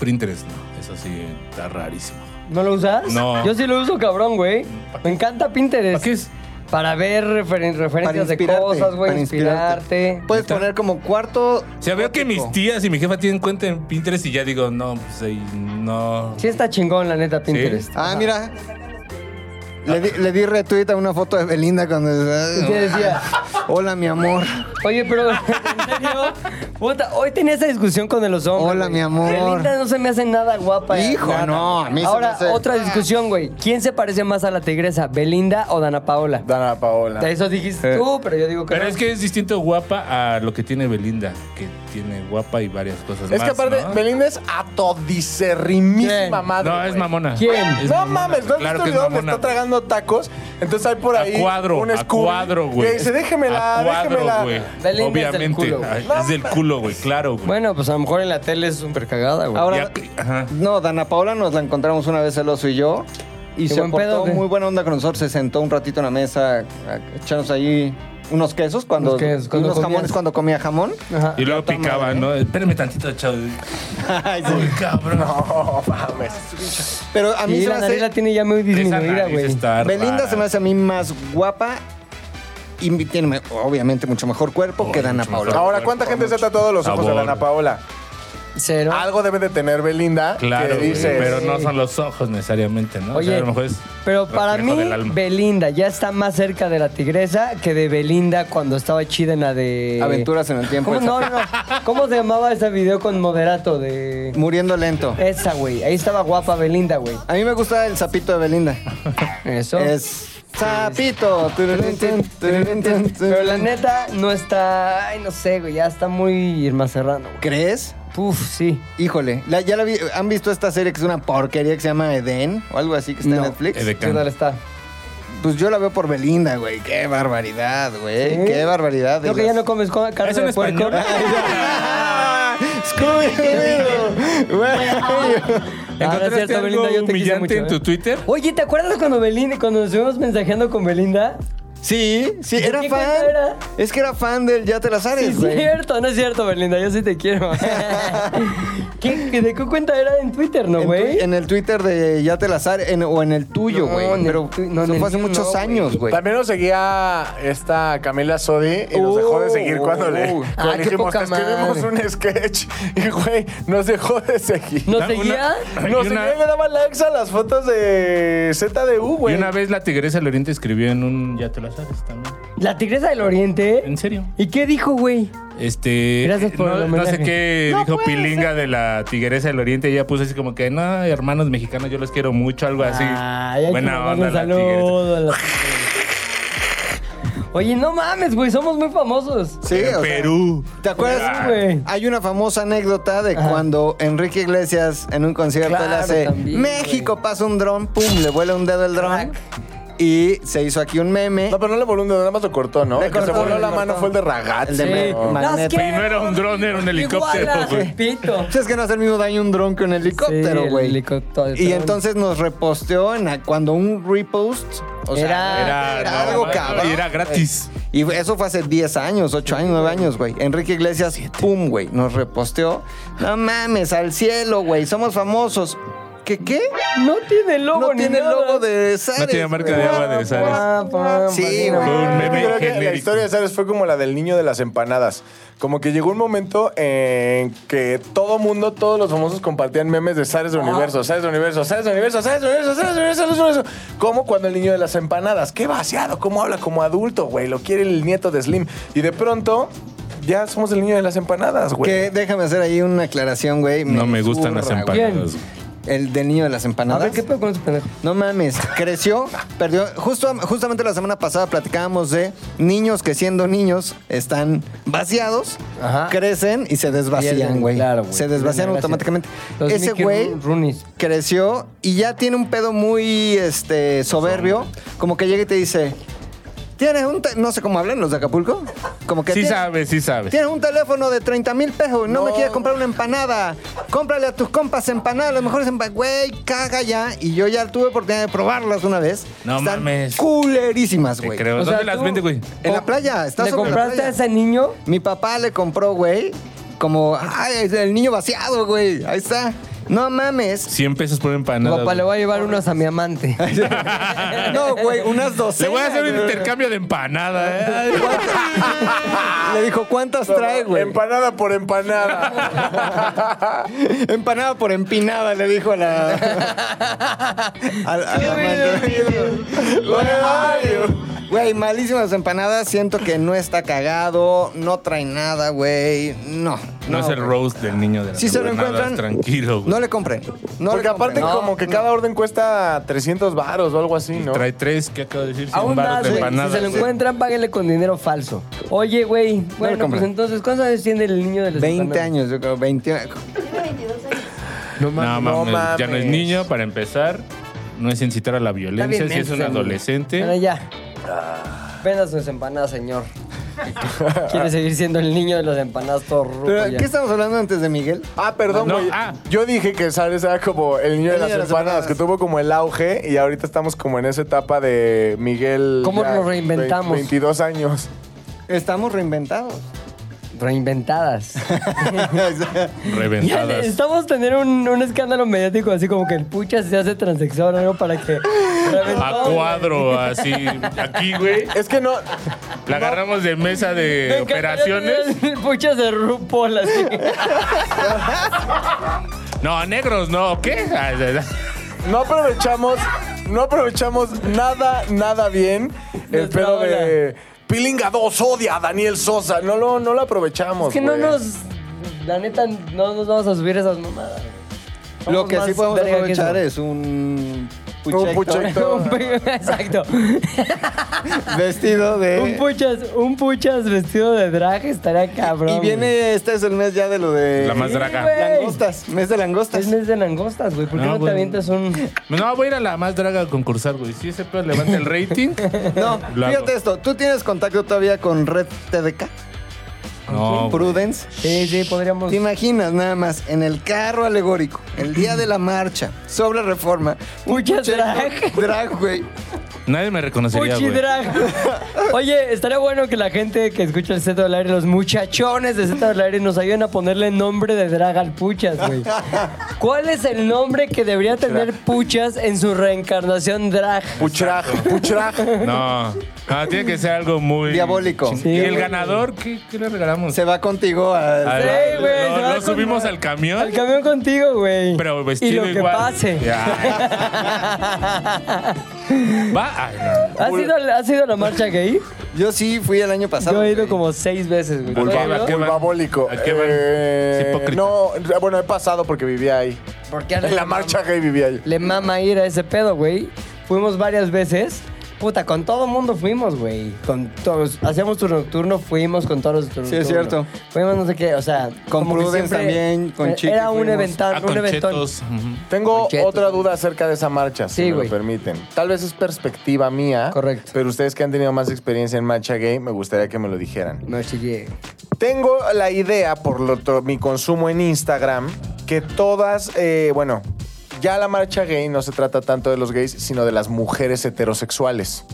Printers, no. Eso sí, está rarísimo. ¿No lo usas? No. Yo sí lo uso, cabrón, güey. Me encanta Pinterest. ¿Para qué es? Para ver referen- referencias de cosas, güey, para Pues- inspirarte. Puedes poner como cuarto. O sea, veo que gótico. mis tías y mi jefa tienen cuenta en Pinterest y ya digo, no, pues ahí no. Sí está chingón, la neta, Pinterest. Ah, mira. Le di, le di retweet a una foto de Belinda cuando. ¿Y qué decía? Hola, mi amor. Oye, pero [LAUGHS] en serio, puta, hoy tenía esa discusión con los hombres. Hola, güey. mi amor. Belinda no se me hace nada guapa. eh, Hijo, nada. no, a mí se me Ahora, hace- Ah. otra discusión, güey. ¿Quién se parece más a la tigresa, Belinda o Dana Paola? Dana Paola. De eso dijiste tú, pero yo digo que Eh. Pero no. es que es distinto guapa a lo que tiene Belinda, que tiene guapa y varias cosas Es más, que aparte, ¿no? Belinda es atodicerrimísima ¿Quién? madre. No, es güey. mamona. ¿Quién? Es No mamona, mames, ¿no claro has visto que el es video donde mamona. está tragando tacos? Entonces hay por A ahí cuadro, un a Scooby cuadro, güey. Que dice, déjemela, A cuadro, déjemela. güey. Belinda es del Obviamente. culo, güey. Ay, Es del culo, güey, claro, güey. Bueno, pues a lo mejor en la tele es súper cagada, güey. Ahora, Ya- ajá. no, Dana Paola nos la encontramos una vez el oso y yo. Y se buen portó pedo, ¿o qué? muy buena onda con nosotros. Se sentó un ratito en la mesa, a- echarnos ahí unos quesos cuando. Unos quesos, cuando unos comía. jamones cuando comía [LAUGHS] jamón. Ajá. Y luego picaba, ¿eh? ¿no? Espérame tantito, chavo. Ay, sí. Uy, cabrón. No mames. Pero a mí Y se me la nariz la hace. tiene ya muy Esa disminuida, nariz güey. está Belinda rara. se me hace a mí más guapa. Y mi- tiene, me- obviamente, mucho mejor cuerpo que Dana mucho Paola. mejor. Ahora, ¿cuánta gente se ha tatuado los ojos de Sabor. Dana Paola? Cero. Algo debe de tener Belinda Claro, que güey, dices... pero no son los ojos necesariamente, ¿no? O sea, Oye, a lo mejor es pero para reflejo mí, del alma. Belinda ya está más cerca de la tigresa que de Belinda cuando estaba chida en la de. Aventuras en el tiempo. ¿Cómo, esa- no, no, no. ¿Cómo se llamaba ese video con moderato de. Muriendo lento. Esa, güey. Ahí estaba guapa Belinda, güey. A mí me gusta el sapito de Belinda. Eso. Es sapito. Pero la neta no está. Ay, no sé, güey. Ya está muy Irma Serrano, güey. ¿Crees? Uf, sí. Híjole, la- ya la vi- han visto esta serie que es una porquería que se llama Eden o algo así que está en No. Netflix. Ede- ¿Qué tal está? Pues yo la veo por Belinda, güey. Qué barbaridad, güey. ¿Sí? Qué barbaridad. Creo que [LAUGHS] ya no comes co- carne ¿Es en de puerco. Ah, español? [LAUGHS] Scooby-Doo. Güey. ah, no es ¿Encontraste cierto, algo Belinda, yo te quise humillante mucho, en ¿eh? tu Twitter? Oye, ¿te acuerdas cuando Belinda, cuando nos estuvimos mensajeando con Belinda? Sí, sí, ¿De era qué fan. cuenta era? Es que era fan del Ya te las Sí, sabes, es güey. cierto, no es cierto, Belinda, yo sí te [LAUGHS] quiero. ¿Qué, qué- ¿De qué cuenta era en Twitter, no, En, güey? tu- en el Twitter de Ya te las haré, en- o en el tuyo, No, güey. en el Pero tu- no, en eso el fue hace mío muchos no, años, Pues- güey. También nos seguía esta Camila Sodi y nos dejó de seguir Uh, Oh. cuando le, Ah, cuando qué dijimos, poca "Te escribimos un sketch y, güey, nos dejó de seguir. ¿Nos Ah, Una- seguía? una- Nos y seguía una- y le daba likes a las fotos de ZDU, Y güey. una vez la tigresa del oriente escribió en un Ya te la sabes también. La Tigresa del Oriente. En serio. ¿Y qué dijo, güey? Este. Gracias por el no, no homenaje. sé qué dijo Pilinga de la tigresa del oriente. Ella puso así como que, no, hermanos mexicanos, yo los quiero mucho, algo así. Ay, hay que Ah, Buena mandarle onda un la tigresa. saludo a la Tigresa. Oye, no mames, güey, somos muy famosos. Sí, o sea, Perú. ¿Te acuerdas? Sí, güey. Hay una famosa anécdota de cuando Enrique Iglesias en un concierto Claro, le hace también, México pasa un dron, pum, le vuela un dedo el dron y se hizo aquí un meme. No, pero no le voló un dedo, nada más lo cortó, ¿no? Le El que se cortó, voló le la cortó. mano fue el de Ragazzi. El de ¿no? Sí. Las Magneto. quiero, Y no era un dron, era un helicóptero, igualas, güey. [LAUGHS] Pito. Pues Es que no hace el mismo daño un dron que un helicóptero, Sí, el güey. helicóptero. y entonces nos reposteó en la- cuando un repost, o sea, Era- Era, era no, algo no, cabrón. Y era gratis. Y eso fue hace 10 años, 8 años, 9 años, güey. Enrique Iglesias, pum, güey, nos reposteó. No mames, al cielo, güey, somos famosos. ¿Qué qué? No tiene logo No ni tiene nada. Ah, logo de Zares. No tiene marca güey. de agua de Zares. Pa, pa, Sí, pa, mira, güey. Fue un Yo meme creo que la genérico. historia de Sares fue como la del niño de las empanadas. Como que llegó un momento en que todo mundo, todos los famosos compartían memes de Ah. Sares del Universo, Sares del Universo, Sares del Universo, Sares del Universo, Sares del Universo, Sares del Universo. Como cuando el niño de las empanadas. Qué vaciado, cómo habla como adulto, güey. Lo quiere el nieto de Slim. Y de pronto, ya somos el niño de las empanadas, güey. Que déjame hacer ahí una aclaración, güey. No me gustan las zurra, güey. empanadas. El del niño de las A empanadas. ver, ¿qué pedo con ese pendejo? No mames, creció, perdió. Justo, justamente la semana pasada platicábamos de niños que siendo niños están vaciados, Ajá. crecen y se desvacían, Pierden, güey. claro, güey. se desvacían Pierden gracia. automáticamente. Los Ese Mickey güey Ru- Roonies. creció y ya tiene un pedo muy este soberbio, como que llega y te dice, "Tienes un te-" no sé cómo hablan los de Acapulco, como que Sí "Tienes- sabes, sí sabes. Tienes un teléfono de 30 mil pesos, no, me quieres comprar una empanada. Cómprale a tus compas empanadas, las mejores empanadas. Güey, caga ya. Y yo ya tuve oportunidad de probarlas una vez. No Están mames. Culerísimas, Te güey. creo. O sea, ¿Dónde las tú- vende, güey? En la playa, está Oh, ¿Le sobre la compraste playa. a ese niño? Mi papá le compró, güey, como, ay, el niño vaciado, güey. Ahí está. No mames. 100 pesos por empanada. Papá, le güey. voy a llevar unos a mi amante. No, güey, unas docenas. Ah. Le voy a hacer un güey. intercambio de empanada. ¿eh? [LAUGHS] Le dijo, ¿cuántas trae, güey? Empanada por empanada. [LAUGHS] Empanada por empinada, le dijo a la. [LAUGHS] a la- a la madre. Güey, malísimas empanadas. Siento que no está cagado, no trae nada, güey. No. No, es el güey. roast del niño de las Si se lo empanadas, encuentran, Tranquilo, güey. No le compren. No Porque le compren. aparte, No, como que no. cada orden cuesta 300 varos o algo así, ¿no? Trae tres, ¿qué acabo de decir? A 100 un baros dato, de si se empanadas. lo encuentran, páguenle con dinero falso. Oye, güey, bueno, compren. pues entonces, ¿cuántos años tiene el niño de los 20 años, yo creo, 20. No mames, No mames. ya no es niño, para empezar. No es incitar a la violencia, si es un Bueno, adolescente. ya. Ah. Venda sus [LAUGHS] empanadas, señor. Quiere seguir siendo el niño de los empanadas todo rudo. Pero, ¿qué estamos hablando antes de Miguel? Ah, perdón, No, güey. ah. Yo dije que Sares era como el niño de las empanadas, que tuvo como el auge y ahorita estamos como en esa etapa de Miguel. ¿Cómo ya nos reinventamos? 22 años. Estamos [LAUGHS] reinventados. [LAUGHS] Reinventadas. Ya, Reventadas. Necesitamos tener un, un escándalo mediático así como que el pucha se hace transexual o algo para [LAUGHS] que... A cuadro, así. Aquí, güey. Es que no. La agarramos de mesa de operaciones. [LAUGHS] El pucha se RuPaul así. No, negros, no. ¿Qué? Ah, ah, No aprovechamos. No aprovechamos nada, nada bien el Nuestra pedo de. ola. Pilinga 2 odia a Daniel Sosa. No lo, no lo aprovechamos. Es que no güey. nos... La neta, no nos vamos a subir esas mamadas. Somos Lo que sí más podemos verga que aprovechar eso. es un. Un puchector [LAUGHS] puchector. Un pe- Exacto. [LAUGHS] Vestido de. Un puchas, un puchas vestido de drag estaría cabrón. Y viene, este es el mes ya de lo de. La más Sí, draga. güey. Langostas, mes de güey. langostas. Es mes de langostas, güey. ¿Por qué No, no, te güey. avientas un...? No, voy a ir a la más draga a concursar, güey. Si ese pedo levanta el [LAUGHS] rating. No, Lo hago. fíjate esto. ¿Tú tienes contacto todavía con Red TDK? No. güey. Prudence. Sí, sí, podríamos... ¿Te imaginas nada más en el carro alegórico, el día de la marcha, sobre reforma? un Puchas puchero drag. Drag, güey. Nadie me reconocería, Puchi güey. drag. [LAUGHS] Oye, estaría bueno que la gente que escucha el Z del aire, los muchachones de Z del aire, nos ayuden a ponerle nombre de drag al Puchas, [LAUGHS] güey. ¿Cuál es el nombre que debería tener Puchas en su reencarnación drag? Puchraj, puchraj. [LAUGHS] No. No, tiene que ser algo muy. Diabólico. chingón. Sí, ¿Y el güey. ganador? ¿Qué, qué le regalamos? Se va contigo a. Al- Sí, güey, lo- se va lo con- subimos al camión. Al camión contigo, güey. [LAUGHS] Pero Y vestido lo que igual. pase. Ya. [LAUGHS] Va. Ay, no. [LAUGHS] ¿Has ido, a- ¿Has ido a la marcha gay? Yo sí fui el año pasado. Yo he ido güey. como seis veces, güey. Vulva- ¿Tú has ido? qué van? Bulbabólico. ¿A qué van? Eh, Es hipócrita. no, bueno, he pasado porque vivía ahí. Porque En la marcha gay vivía ahí. Le mama ir a ese pedo, güey. Fuimos varias veces. Puta, con todo mundo fuimos, güey. Con todos. Hacíamos turno nocturno, fuimos con todos los turnos. Sí, es cierto. Fuimos no sé qué, o sea. Con como que Prudence siempre- también, con eh, Chiqui Era un, fuimos. eventón, Ah, un con eventón. chetos. ujú. Tengo Conchetos, otra también. duda acerca de esa marcha, si Sí, me lo güey. permiten. Tal vez es perspectiva mía. Correcto. Pero ustedes que han tenido más experiencia en marcha gay, me gustaría que me lo dijeran. No, chiqui. Tengo la idea, por lo to- mi consumo en Instagram, que todas, eh, bueno, ya la marcha gay no se trata tanto de los gays, sino de las mujeres heterosexuales.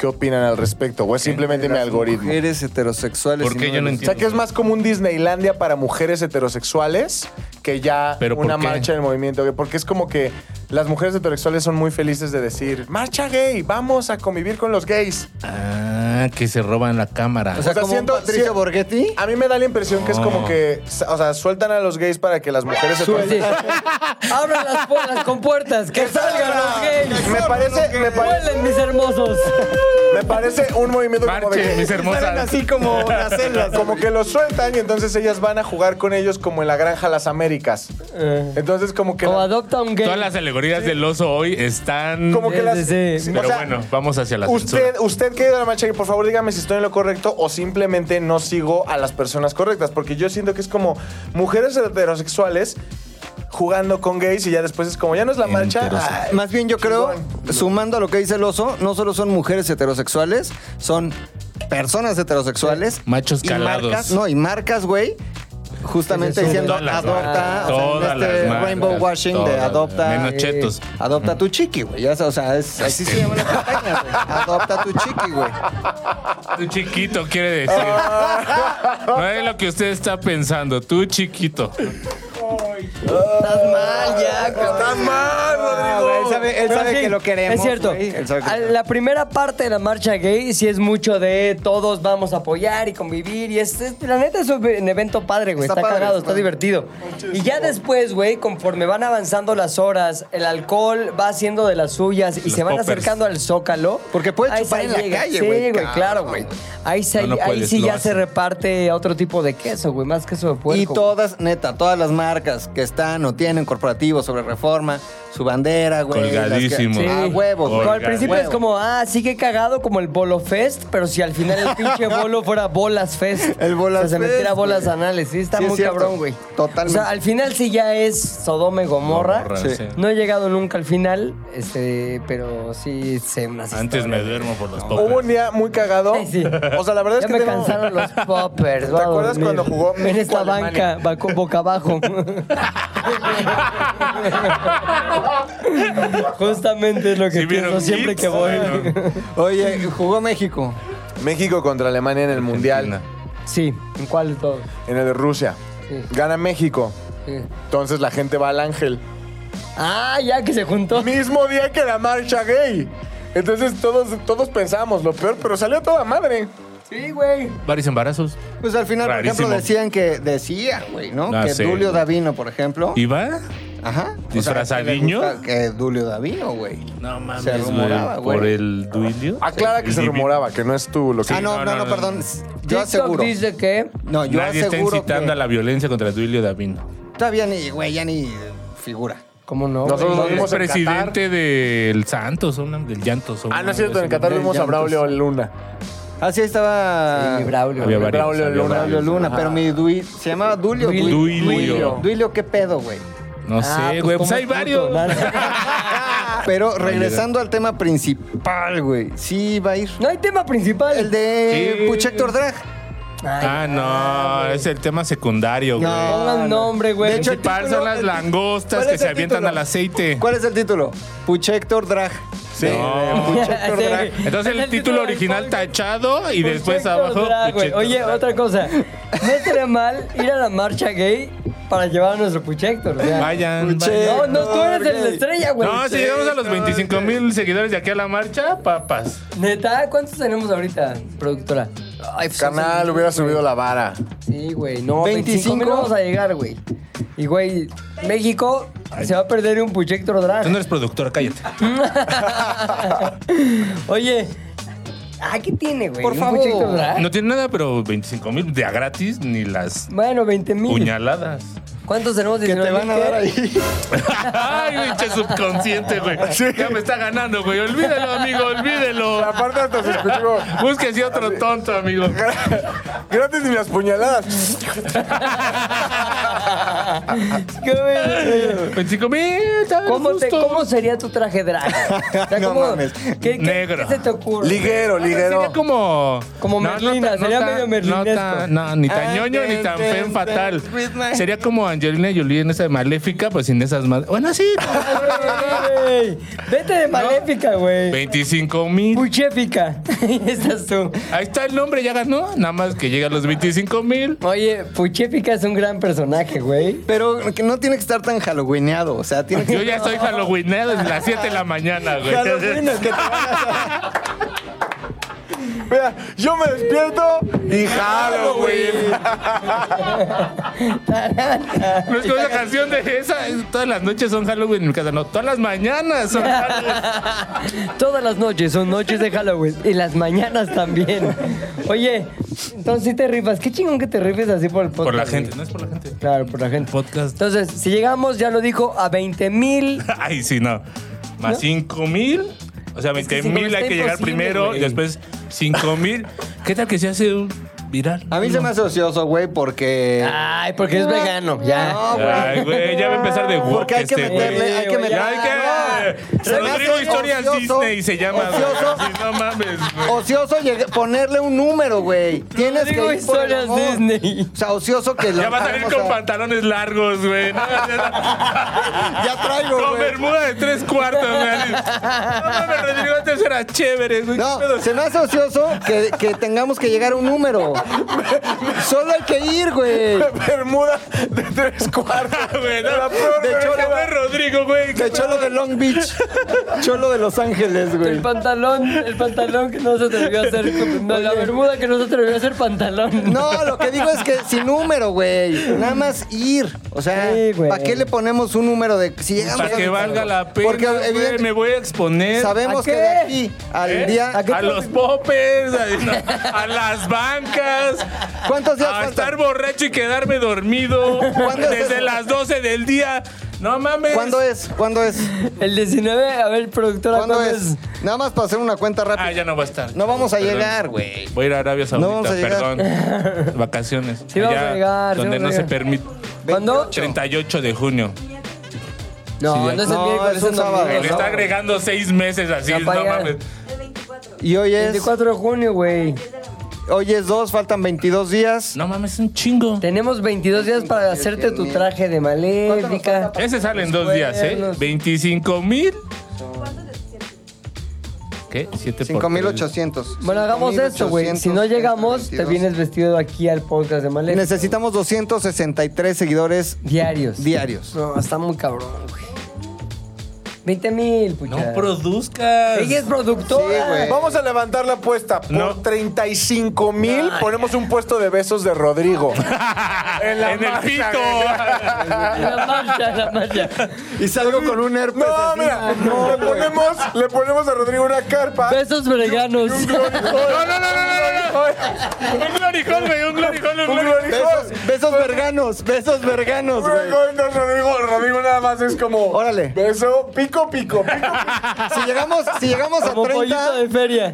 ¿Qué opinan al respecto? O es simplemente mi Las algoritmo. Mujeres heterosexuales. ¿Por y qué yo no de los- O sea, entiendo? que es más como un Disneylandia para mujeres heterosexuales que ya ¿Pero por una qué? marcha del movimiento gay. Porque es como que las mujeres heterosexuales son muy felices de decir, marcha gay, vamos a convivir con los gays. Ah, que se roban la cámara. O sea, O sea, como siento- un Patricio siento- Borghetti. A mí me da la impresión que es Ah. como que, o sea, sueltan a los gays para que las mujeres se Pues Sí. [LAUGHS] Abran las, pu- las compuertas, que salgan los gays. Me parece, me parece, Vuelen mis hermosos. me parece un movimiento como de Marchen, que- mis Salen hermosas. así como las celdas. Como que los sueltan y entonces ellas van a jugar con ellos como en la granja Las Américas. Entonces como que... O la- adopta un gay. Todas las alegorías del oso hoy están. como que Sí, las... sí, sí. o Pero sea, bueno, vamos hacia la Usted, censura. usted que ha ido a la marcha, gay, por favor dígame si estoy en lo correcto o simplemente no sigo a las personas correctas, porque yo siento que es como mujeres heterosexuales jugando con gays y ya después es como, ya no es la marcha. Heterosexual. ay, Más bien yo creo, chingón. sumando a lo que dice el oso, no solo son mujeres heterosexuales, son personas heterosexuales. Machos y calados. marcas- no, y marcas, güey. Justamente Sí, sí, sí. diciendo Todas las adopta, marcas, o sea, todas en este las marcas, rainbow washing de todas, adopta. menos eh, chetos. Adopta tu chiqui, güey. Ya sabes, O sea, es, así se llama la campaña, güey. [LAUGHS] Adopta tu chiqui, güey. Tu chiquito quiere [LAUGHS] decir. No es lo que usted está pensando, tú chiquito. Estás mal Ah, ya, cabrón. Estás mal, Rodrigo. güey, Él sabe, él Pero sabe sí, que lo queremos. Es cierto. güey. Él sabe que A- lo La primera parte de la marcha gay sí es mucho de todos vamos a apoyar y convivir. Y es, es- la neta es un un evento padre, güey. Está Está, padre, cagado, está está padre. divertido. Y ya después, güey, conforme van avanzando las horas, el alcohol va haciendo de las suyas y Los se van poppers. acercando al zócalo. Porque puedes ahí chupar se en la llega. calle, Sí, güey, güey, claro, cabrón. güey. Ahí, se- No, no ahí puedes, sí lo ya hacen. se reparte otro tipo de queso, güey. Más queso de puerco. Y güey. todas, neta, todas las marcas que están o tienen corporativos sobre reforma, su bandera, güey. Colgadísimo. las que- Sí. Ah, huevos. Colga- güey. Como al principio Huevo. es como, ah, sí que cagado como el Bolo Fest, pero si al final [LAUGHS] el pinche bolo fuera Bolas Fest. El Bolas O sea, se Fest, metiera bolas güey. anales. Sí, está Sí, es muy cierto. cabrón, güey. Totalmente. O sea, al final sí ya es Sodome Gomorra. Gomorra, Sí. sí. No he llegado nunca al final, este, pero sí sé unas Antes me historias. duermo por los Hubo pocos. un día muy cagado. Sí, sí. O sea, la verdad ya es que me tengo- [LAUGHS] cansaron los poppers. ¿Te voy a acuerdas dormir. cuando jugó En México, esta Alemania? banca, va con [LAUGHS] boca abajo. Justamente es lo que Sí, vieron pienso siempre Kids, que voy. bueno. Oye, jugó México. México contra Alemania en el Mundial, Argentina. Sí, ¿en cuál de todos? en el de Rusia. Sí. Gana México. Sí. Entonces la gente va al ángel. Ah, ya que se juntó. Mismo día que la marcha gay. Entonces todos, todos pensábamos lo peor, pero salió toda madre. Sí, güey. Varios embarazos. Pues al final, por Rarísimo. ejemplo, decían que, decían, güey, ¿no? Ah, que sí. Dulio Davino, por ejemplo. ¿Iba? Ajá. O sea, ¿Disfrazadiño? que le gusta Que Dulio Davino, güey. No mames, Se rumoraba, güey, Por güey. el duilio. Aclara que El se divi- rumoraba, que no es tú lo que... ah, no, no, no, no, no, no. perdón. Yo TikTok aseguro. dice que No, yo Nadie está aseguro incitando que a la violencia contra el duilio Davino. todavía ni, güey, ya ni figura. ¿Cómo no? Nosotros güey? lo Es vimos en presidente del Santos, una- del Llantos. Ah, no es cierto, en Qatar vimos a Braulio Luna. Ah, sí, estaba... Sí, Braulio. Había varios, Braulio había Luna, Braulio varios. Luna, pero mi Dui... Se llamaba Dulio. Duilio. Duilio. Duilio, ¿qué pedo, güey? No Ah, sé, güey. Pues, ¿cómo hay es varios. puto? [LAUGHS] Pero regresando al tema principal, güey. Sí, va a ir. No hay tema principal. El de Sí. Puchector Drag. Ay, Ah, no, es el tema secundario, güey. No. Pongan nombre, güey. De hecho, el Principal son las el- langostas ¿Cuál que es se el avientan título? al aceite. ¿Cuál es el título? Puchector Drag. Eh, Sí. No. Puchector [LAUGHS] Sí. Drag. Entonces Es el título el título del original podcast. tachado y después Puchector abajo. Pues, drag, güey. Puchector Oye, drag. otra cosa. No estaría mal ir a la marcha gay para llevar a nuestro Puchector. o sea. Vayan. Puche- No, no, tú eres el- la estrella, Pues, güey. No, si llegamos a los 25 mil seguidores de aquí a la marcha, papas. Neta, ¿cuántos tenemos ahorita, productora? Ay, pues, Canal, hubiera subido la vara. Sí, güey, 25. no, 25 mil vamos a llegar, güey. Y, güey, México se va a perder un Puchector Drag. Tú no eres productor, cállate. Oye, ¿a qué tiene, güey? Por ¿Un favor. Puchector Drag? No tiene nada, pero 25 mil de a gratis ni las Bueno, 20 mil. puñaladas. ¿Cuántos tenemos? Que te 19,000 van a dar ahí. Ay, pinche subconsciente, güey. Ya me está ganando, güey. Olvídelo, amigo, olvídelo. Aparte hasta se escuchó Búsquese otro tonto, amigo. gratis ni las puñaladas. ¿Qué, güey? 25 mil, ¿Cómo, te- cómo sería tu traje [LAUGHS] drag? O sea, No ¿cómo- mames. ¿qué- qué, Negro. ¿Qué se te ocurre? [LAUGHS] Liguero, liguero. Sería como. Como Merlina, tan- sería tan- medio merlinesco. No, tan- no, ni tan Ah, ñoño ni ten, tan ten, fen ten, fatal. with my- Sería como Angelina Jolie en esa de maléfica, pues sin esas más. Bueno, [LAUGHS] sí. Güey, Vete de maléfica, güey. 25 mil. Puchéfica. [LAUGHS] Ahí estás tú. Ahí está el nombre, ya ganó. Nada más que llega a los 25 mil. Oye, Puchéfica es un gran personaje, güey. Pero que no tiene que estar tan halloweeneado. O sea, tiene que. Yo ya estoy halloweenado desde las 7 de la mañana, güey. Halloween, es que te van a- Mira, [LAUGHS] yo me despierto y Halloween. No es como esa Pues canción de esa. es- Todas las noches son Halloween en mi casa. No, todas las mañanas son Halloween. Todas las noches son noches de Halloween. Y las mañanas también. Oye, entonces sí te rifas. Qué chingón que te rifes así por el podcast. Por la güey. gente, no es por la gente. Claro, por la gente. Podcast. Entonces, si llegamos, ya lo dijo, a 20 mil. [LAUGHS] Ay, sí, no. Más 5 mil. O sea, 20 que cinco mil mil hay está que llegar imposible, primero. güey. Después 5 mil. ¿Qué tal que se hace un viral? A mí se me hace ocioso, güey, porque. Ah, Ay, porque es vegano, ya. No, güey. Ay, güey, ya va a empezar de woke Porque hay que este, güey. meterle, hay que güey, meterle. Ya hay que. No. Se me Rodrigo hace Historias ocioso, Disney se llama. güey. Ocioso, Sí, no mames, güey. ocioso lleg- ponerle un número, güey. Tienes que Rodrigo ir por el Historias amor. Disney. O sea, ocioso que lo Ya va a salir hagamos con pantalones largos, güey. No, ya, ya. Ya traigo, Con güey. bermuda de tres cuartos, güey. No mames, Rodrigo, antes era chévere, güey. ¿Qué pedo? No, [LAUGHS] se me hace ocioso que, que tengamos que llegar a un número. Solo hay que ir, güey. Bermuda de tres cuartos. Ah, Güey, no. La peor De versión cholo, güey, de- Rodrigo, güey. De Cholo de Long Beach. Cholo de Los Ángeles, El güey. pantalón, el pantalón que no se atrevió a hacer, no, la bermuda que no se atrevió a hacer pantalón. No, lo que digo es que sin número, güey. Nada más ir. O sea, Sí, güey. ¿para qué le ponemos un número de si llegamos Para a- que valga la pena, Porque güey, evidente- me voy a exponer. sabemos ¿A que qué? de aquí al ¿Eh? día a, los popes, a, no, a [LAUGHS] las bancas, ¿Cuántos días a faltan? estar borracho y quedarme dormido ¿Cuándo es desde eso? las 12 del día. No mames. ¿Cuándo es? ¿Cuándo es? El 19, a ver, productora, ¿Cuándo ¿cuándo es? Nada más para hacer una cuenta rápida. Ah, ya no va a estar. No vamos a Perdón. llegar, güey. Voy a ir a Arabia Saudita, vamos a llegar. [LAUGHS] perdón. Vacaciones. Sí vamos a llegar, sí Donde vamos a no se llegar. permite. ¿Cuándo? 38 de junio. No, Sí, no es el no, miércoles, es un es domingo, sábado. Le Pero ¿no? está agregando seis meses así, Ya no para allá. mames. Y hoy es, 24 de junio, güey. hoy es 2, faltan 22 días. No mames, es un chingo. Tenemos 22 días para hacerte tu traje de maléfica. Ese sale en dos días, ¿eh? cuernos. 25 mil. ¿Qué? 7 por 5800. Bueno, hagamos esto, güey. Si no llegamos, te 5,822. vienes vestido aquí al podcast de maléfica. Necesitamos 263 seguidores Diarios. diarios. No, está muy cabrón, güey. 20 mil, No pucha. produzcas. Ella es Sí, güey. productora. Vamos a levantar la apuesta. Por No. 35 mil ponemos un puesto de besos de Rodrigo. en la el marcha, pito. la marcha, la marcha. Y salgo con un herpes. No, mira, le, ponemos, le ponemos a Rodrigo una carpa. Besos veganos. No, no, no, no, no, no, no. Un gloricón, güey. Un gloricón, un [LAUGHS] Un gloricón. gloricón. Besos, besos verganos, besos verganos, güey. Luego, no, Rodrigo, Rodrigo nada más es como. Órale. Beso, pico, pico, pico. Si llegamos, si llegamos a Como pollito 30, de feria.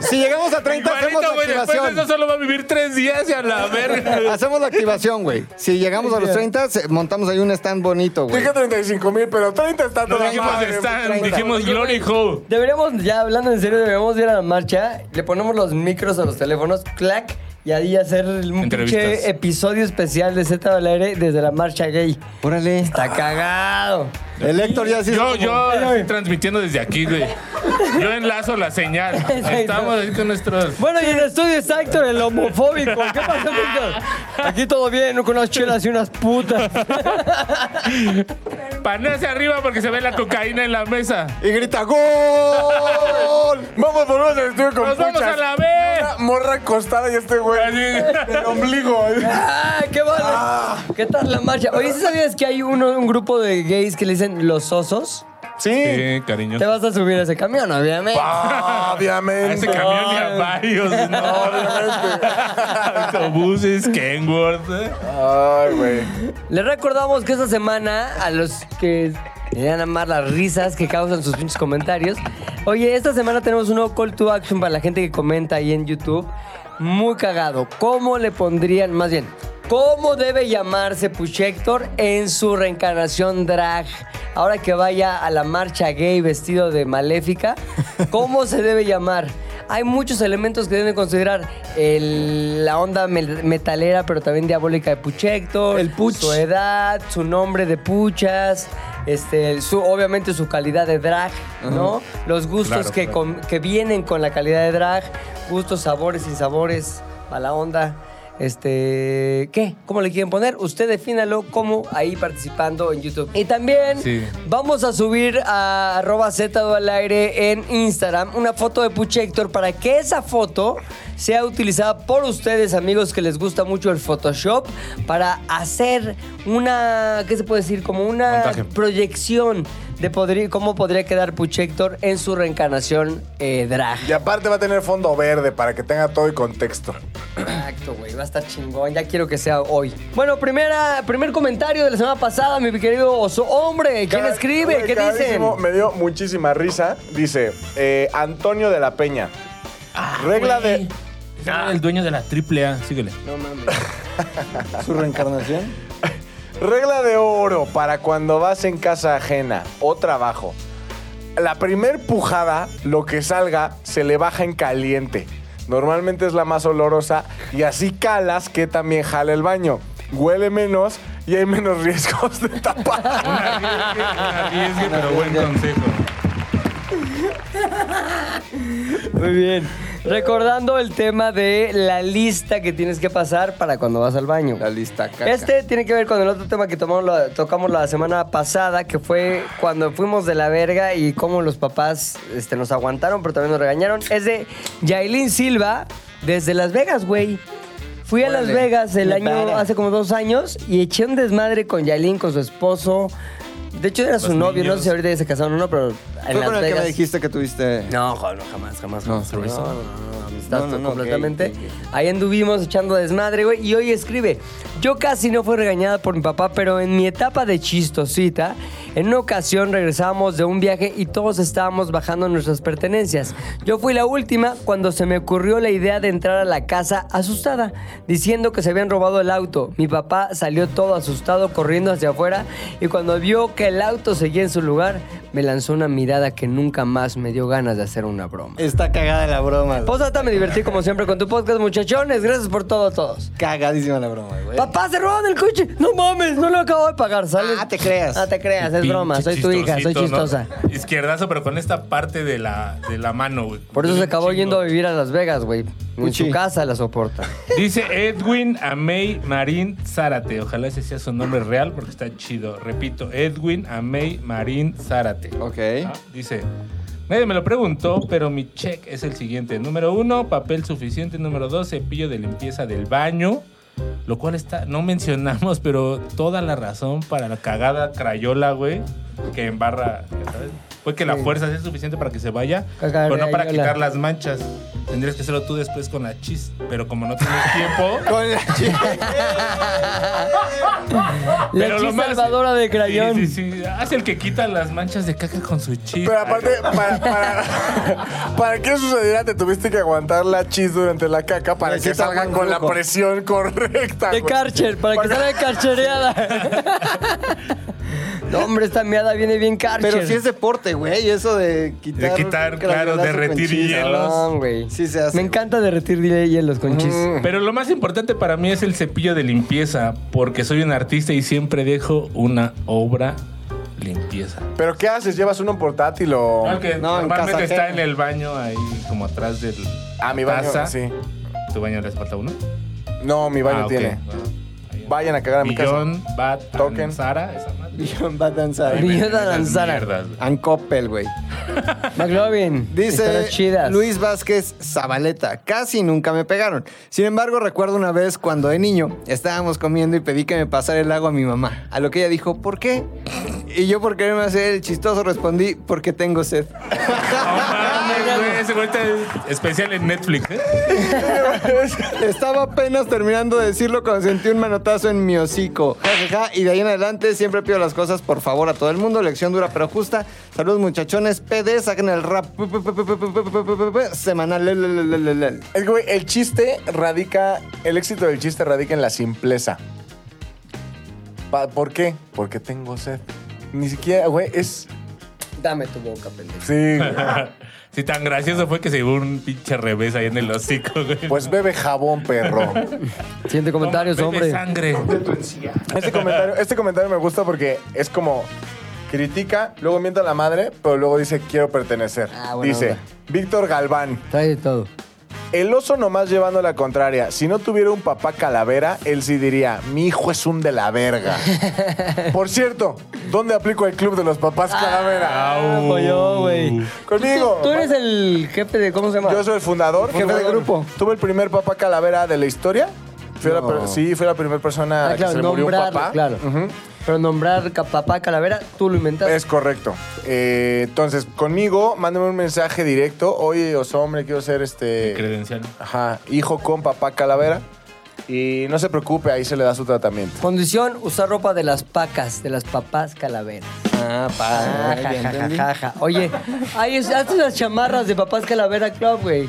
si llegamos a 30 hacemos la Igualito, güey. Después de eso activación. solo va a vivir tres días y a [LAUGHS] la verga. Hacemos la activación, güey. Si llegamos a los 30, se- montamos ahí un stand bonito, güey. Dije 35 mil, pero 30 está No toda dijimos madre, stand, 30. dijimos glory hole. Deberíamos, ya hablando en serio, deberíamos ir a la marcha. Le ponemos los micros a los teléfonos, clac, y ahí hacer un Entrevistas. pinche episodio especial de Z al aire desde la marcha gay. Órale. Está cagado. El Héctor ya sí. Yo, yo Ay, ay. estoy transmitiendo desde aquí, güey. Yo enlazo la [LAUGHS] señal. Estamos ahí con nuestros. Bueno, y en el estudio está Héctor, el homofóbico. ¿Qué pasó, Héctor? Aquí todo bien, con unas chelas y unas putas. Panea hacia arriba porque se ve la cocaína en la mesa. Y grita [LAUGHS] ¡Gol! Vamos, volvemos al estudio con ¡Nos vamos puchas. a la vez! Una morra acostada y este güey. El [LAUGHS] ombligo. ¡Ah, qué vale! ¿Qué tal la marcha? Oye, ¿sí ¿sabías que hay uno, un grupo de gays que le dicen los osos? Sí. Sí, cariño. Te vas a subir a ese camión, obviamente. A Obviamente. ese camión y a [LAUGHS] varios, ¿no? [LAUGHS] Autobuses, Kenworth. ¿eh? Ay, güey. Les recordamos que esta semana a los que le dan a amar las risas que causan sus pinches comentarios. Oye, esta semana tenemos un nuevo call to action para la gente que comenta ahí en YouTube. Muy cagado. ¿Cómo le pondrían, más bien, cómo debe llamarse Puchector en su reencarnación drag? Ahora que vaya a la marcha gay vestido de maléfica, ¿cómo se debe llamar? hay muchos elementos que deben considerar. El- la onda mel- metalera, pero también diabólica de Puchector. El Puch. Su edad, su nombre de Puchas. Este, su, obviamente su calidad de drag, ¿no? Los gustos Claro, que, claro. con- que vienen con la calidad de drag. Gustos, sabores y sabores. Mala onda. Este, ¿qué? ¿Cómo le quieren poner? Usted defínalo como ahí participando en YouTube. Y también Sí. Vamos a subir a arroba Z al aire en Instagram una foto de Puchector para que esa foto sea utilizada por ustedes, amigos que les gusta mucho el Photoshop, para hacer una, ¿qué se puede decir? Como una Montaje. proyección de podri- cómo podría quedar Puchector en su reencarnación eh, drag. Y aparte va a tener fondo verde para que tenga todo el contexto. Exacto, güey, va a estar chingón, ya quiero que sea hoy. Bueno, primera, primer comentario de la semana pasada, mi querido oso hombre, ¿quién Car- escribe? Güey, ¿Qué dicen? carísimo, Me dio muchísima risa. Dice eh, Antonio de la Peña. Regla de. Ah, el dueño de la triple A, síguele. ¿Su reencarnación? Regla de oro para cuando vas en casa ajena o trabajo. La primer pujada, lo que salga, se le baja en caliente. Normalmente es la más olorosa y así calas que también jala el baño. Huele menos y hay menos [LAUGHS] riesgos de tapar. Arriesgue, pero buen consejo. Muy bien. Recordando el tema de la lista que tienes que pasar para cuando vas al baño. La lista caca. Este tiene que ver con el otro tema que tomamos la- tocamos la semana pasada, que fue cuando fuimos de la verga y cómo los papás este, nos aguantaron, pero también nos regañaron. Es de Yailin Silva, desde Las Vegas, güey. Fui a Las Órale, Vegas el qué año, para. hace como dos años, y eché un desmadre con Yailin, con su esposo. De hecho, era su Los novio, no niños. sé si ahorita ya se casaron o no, pero en ¿Fue Las con el que Vegas. me dijiste que tuviste? No, joder, no, jamás, jamás, No, jamás. No, sorry, no, sorry. no, no, amistad No, no, no, completamente. ok, ok, Ahí anduvimos echando desmadre, güey. Y hoy escribe: Yo casi no fui regañada por mi papá, pero en mi etapa de chistosita, en una ocasión regresábamos de un viaje y todos estábamos bajando nuestras pertenencias. Yo fui la última cuando se me ocurrió la idea de entrar a la casa asustada, diciendo que se habían robado el auto. Mi papá salió todo asustado corriendo hacia afuera y cuando vio que el auto seguía en su lugar, me lanzó una mirada que nunca más me dio ganas de hacer una broma. Está cagada la broma. güey. Posata, Pues me divertí como siempre con tu podcast, muchachones. Gracias por todo a todos. Cagadísima la broma, güey. Papá, se roban el coche. No mames, no lo acabo de pagar, ¿sales? Ah, te creas. Ah, te creas, es Pinche broma. Soy tu hija, soy chistosito, ¿no? chistosa. Izquierdazo, pero con esta parte de la, de la mano, güey. Por eso se acabó Chingo. yendo a vivir a Las Vegas, güey. En Puchi. su casa [LAUGHS] la soporta. Dice Edwin Amey Marín Zárate. Ojalá ese sea su nombre real porque está chido. Repito, Edwin Amey Marín Zárate. Ok. Ah, Dice, nadie me lo preguntó, pero mi check es el siguiente. Número uno, papel suficiente. Número dos, cepillo de limpieza del baño. Lo cual está, no mencionamos, pero toda la razón para la cagada crayola, güey, que embarra. ¿sabes? Fue que la fuerza es suficiente para que se vaya, Caga pero no para Crayola. quitar las manchas. Tendrías que hacerlo tú después con la chis, pero como no [LAUGHS] tienes tiempo. Con la chica. La chis salvadora de crayón. Sí, sí, sí. Haz el que quita las manchas de caca con su chis. Pero aparte, para, para, para que sucediera, te tuviste que aguantar la chis durante la caca para que Necesita salgan buen con la flujo. presión correcta. De güey. Karcher, para [LAUGHS] que salga carchereada. no, hombre, esta miada viene bien Karcher. Pero si es deporte, güey, eso de quitar. De quitar, crayolazo claro, con derretir chis. hielo. No, güey. Sí se hace. Mm. Me encanta derretir hielos con chis. Pero lo más importante para mí es el cepillo de limpieza, porque soy un artista y siempre dejo una obra limpieza. ¿Pero qué haces? ¿Llevas uno portátil o...? Porque no, en normalmente casa está ajena. en el baño ahí como atrás del Ah, mi baño, taza. sí. ¿Tu baño les falta uno? No, mi baño Ah, ok. tiene. Bueno, ahí va. Vayan a cagar a mi casa. Billón, Bat, Token. Token, Sara, esa madre. [LAUGHS] Billón va a danzar. Billón Esas Danzara. mierdas, güey. Ancoppel, güey. McLovin. historias Dice chidas. Luis Vázquez Zabaleta, casi nunca me pegaron. Sin embargo, recuerdo una vez cuando de niño estábamos comiendo y pedí que me pasara el agua a mi mamá. A lo que ella dijo, ¿por qué? Y yo por quererme hacer el chistoso respondí, porque tengo sed. No mames, güey, ese güey está especial en Netflix, ¿eh? Estaba apenas terminando de decirlo cuando sentí un manotazo en mi hocico. Ja, ja, ja. Y de ahí en adelante siempre pido las cosas por favor a todo el mundo. Lección dura pero justa. Saludos muchachones. PD, saquen el rap pu, pu, pu, pu, pu, pu, pu, pu, pu, pu, pu, semanal. Le, le, le, le, le, le. Es que, güey, el chiste radica... El éxito del chiste radica en la simpleza. Pa- ¿Por qué? Porque tengo sed. Ni siquiera, güey, es... Dame tu boca, pendejo. [LAUGHS] Sí, güey. Sí, tan gracioso fue que se llevó un pinche revés ahí en el hocico, güey. Pues bebe jabón, perro. Toma, Siguiente comentarios, bebe hombre. sangre. Este comentario, este comentario me gusta porque es como critica, luego mienta a la madre, pero luego dice quiero pertenecer. Ah, buena dice onda. Víctor Galván, Trae de todo. el oso nomás llevando la contraria. Si no tuviera un papá calavera, él sí diría, mi hijo es un de la [LAUGHS] verga. Por cierto, ¿dónde aplico el club de los papás calavera? Ah, pues yo, güey. Conmigo. Tú eres el jefe de, ¿cómo se llama? Yo soy el fundador, jefe de fundador. grupo. Tuve el primer papá calavera de la historia. Fui la per- sí, fui la primera persona Ah, a que se claro, le murió un nombrar, papá. claro. Pero nombrar ca- papá calavera, tú lo inventaste. Es correcto. Eh, entonces, conmigo, mándame un mensaje directo. Oye, oso hombre, quiero ser este. Credencial. Ajá, hijo con papá calavera. Y no se preocupe, ahí se le da su tratamiento. Condición, usar ropa de las pacas, de las papás calaveras. Ah, Ah, padre. ja, ya ja, ja, entendí. ja, ja. [LAUGHS] Oye, ahí es- hazte unas chamarras de papás calavera club, güey.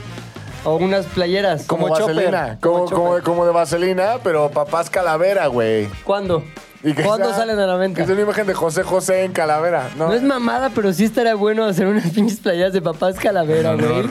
O unas playeras. Como, Como Chopper. vaselina. Como, Como como- Chopper. como de vaselina, pero papás calavera, güey. ¿Cuándo? Y que ¿Cuándo sea- salen a la venta? que sea una imagen de José José en calavera. No, No es mamada, pero sí estaría bueno hacer unas [LAUGHS] pinches playeras de papás calavera, En honor. güey.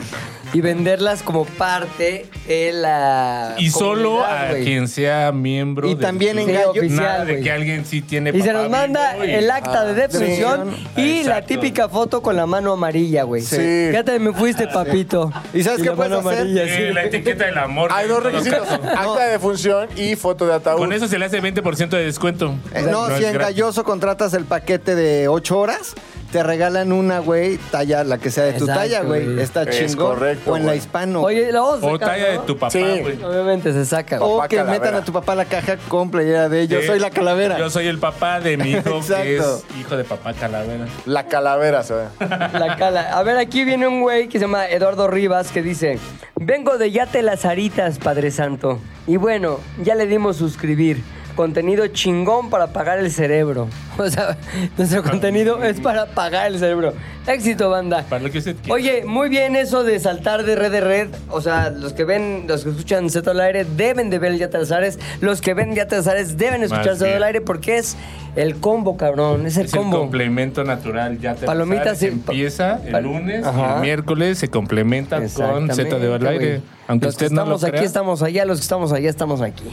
Y venderlas como parte de la. Y solo comunidad, a güey. quien sea miembro. Y del también club. en Sí, gallo. oficial, Nada de güey. que alguien sí tiene Y se papá nos manda vivo y- Ah, el acta de defunción sí. y la Exacto. típica foto con la mano amarilla, güey. Sí. Fíjate, me fuiste, papito. ¿Y sabes qué la mano puedes hacer? amarilla, Sí, la etiqueta del amor. Ah, Hay dos requisitos: [LAUGHS] acta de función y foto de ataúd. Con eso se le hace 20% de descuento. Eh, no, si es en gratis. Galloso contratas el paquete de 8 horas, te regalan una, güey, talla, la que sea de tu Exacto, talla, güey. güey. Está Es chingón. correcto, O en la güey. hispano. Oye, la vamos a O sacar, talla de ¿no? tu papá, Sí. güey. Obviamente se saca, güey. o papá que calavera. metan a tu papá a la caja con playera de yo Sí. soy la calavera. Yo soy el papá de mi hijo, que es Exacto. hijo de papá calavera. La calavera, [LAUGHS] se ve. La cala. A ver, aquí viene un güey que se llama Eduardo Rivas que dice: Vengo de Yate Las Aritas, Padre Santo. Y bueno, ya le dimos suscribir. Contenido chingón para pagar el cerebro. [LAUGHS] O sea, nuestro contenido es para pagar el cerebro. Éxito, banda. Para lo que usted quiera. Oye, muy bien eso de saltar de red a red. O sea, los que ven, los que escuchan Z al aire deben de ver el Yate a las Ares. Los que ven Yate a las Ares deben escuchar Más Z al bien. aire porque es el combo, cabrón. Es el Es el combo. complemento natural. Ya te Palomitas lo sabes, y- empieza pa- el lunes y Ajá. el miércoles se complementa con Exactamente, Z de al aire. güey. Aunque los que usted no lo estamos aquí crea, estamos allá, los que estamos allá estamos aquí.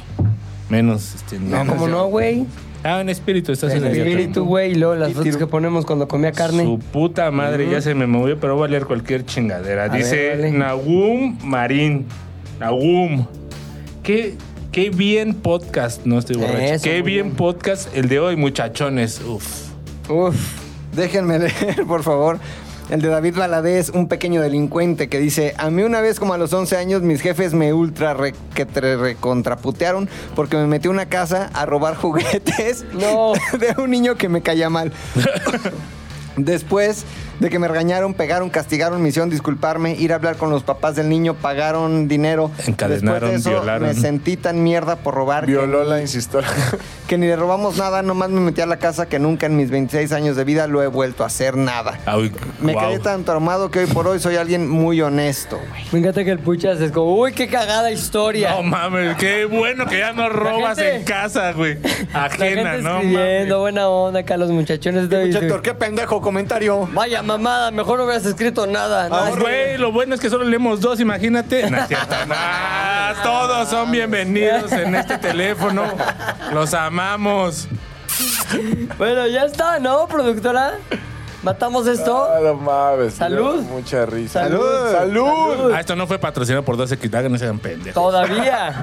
menos. Este, No, menos ¿cómo ya. no, güey? Ah, en espíritu estás El en el espíritu, güey, y luego las fotos que ponemos cuando comía carne. Su puta madre ya se me movió, pero va a leer cualquier chingadera. A Dice ver, dale. Nahum Marín. Nahum. Qué, qué bien podcast. No estoy borracho. Eso, qué muy bien, bien. podcast el de hoy, muchachones. Uf. Uf, Déjenme [LAUGHS] leer, por favor. El de David Valadez, un pequeño delincuente, que dice: A mí una vez, como a los 11 años, mis jefes me ultra re- que te recontraputearon porque me metí a una casa a robar [LAUGHS] juguetes No. [LAUGHS] de un niño que me caía [LAUGHS] mal. Después de que me regañaron, pegaron, castigaron, me hicieron disculparme, ir a hablar con los papás del niño, pagaron dinero. Después Encadenaron, de eso, violaron. Me sentí tan mierda por robar que Violó la insistora. que ni le robamos nada, nomás me metí a la casa que nunca en mis 26 años de vida lo he vuelto a hacer nada. Ay, Me guau. quedé tan traumado que hoy por hoy soy alguien muy honesto, güey. me encanta que el puchas es como, uy, qué cagada historia. No mames, qué bueno que ya [LAUGHS] no robas gente- en casa, güey. [LAUGHS] La Ajena, gente ¿no? escribiendo, mames. buena onda acá los muchachones de hoy. qué pendejo comentario. Vaya mamada, mejor no hubieras escrito nada. Ah, ¿no? Güey, lo bueno es que solo leemos dos, imagínate. No es cierto. Ah, [LAUGHS] todos son bienvenidos en este teléfono. Los amamos. Bueno, ya está, ¿no, productora? ¿Matamos esto? Ah, [LAUGHS] no mames. Salud. me dio Mucha risa. Salud. Salud. Ah, esto no fue patrocinado por 12 Quitaga, no sean pendejos. [LAUGHS] Todavía.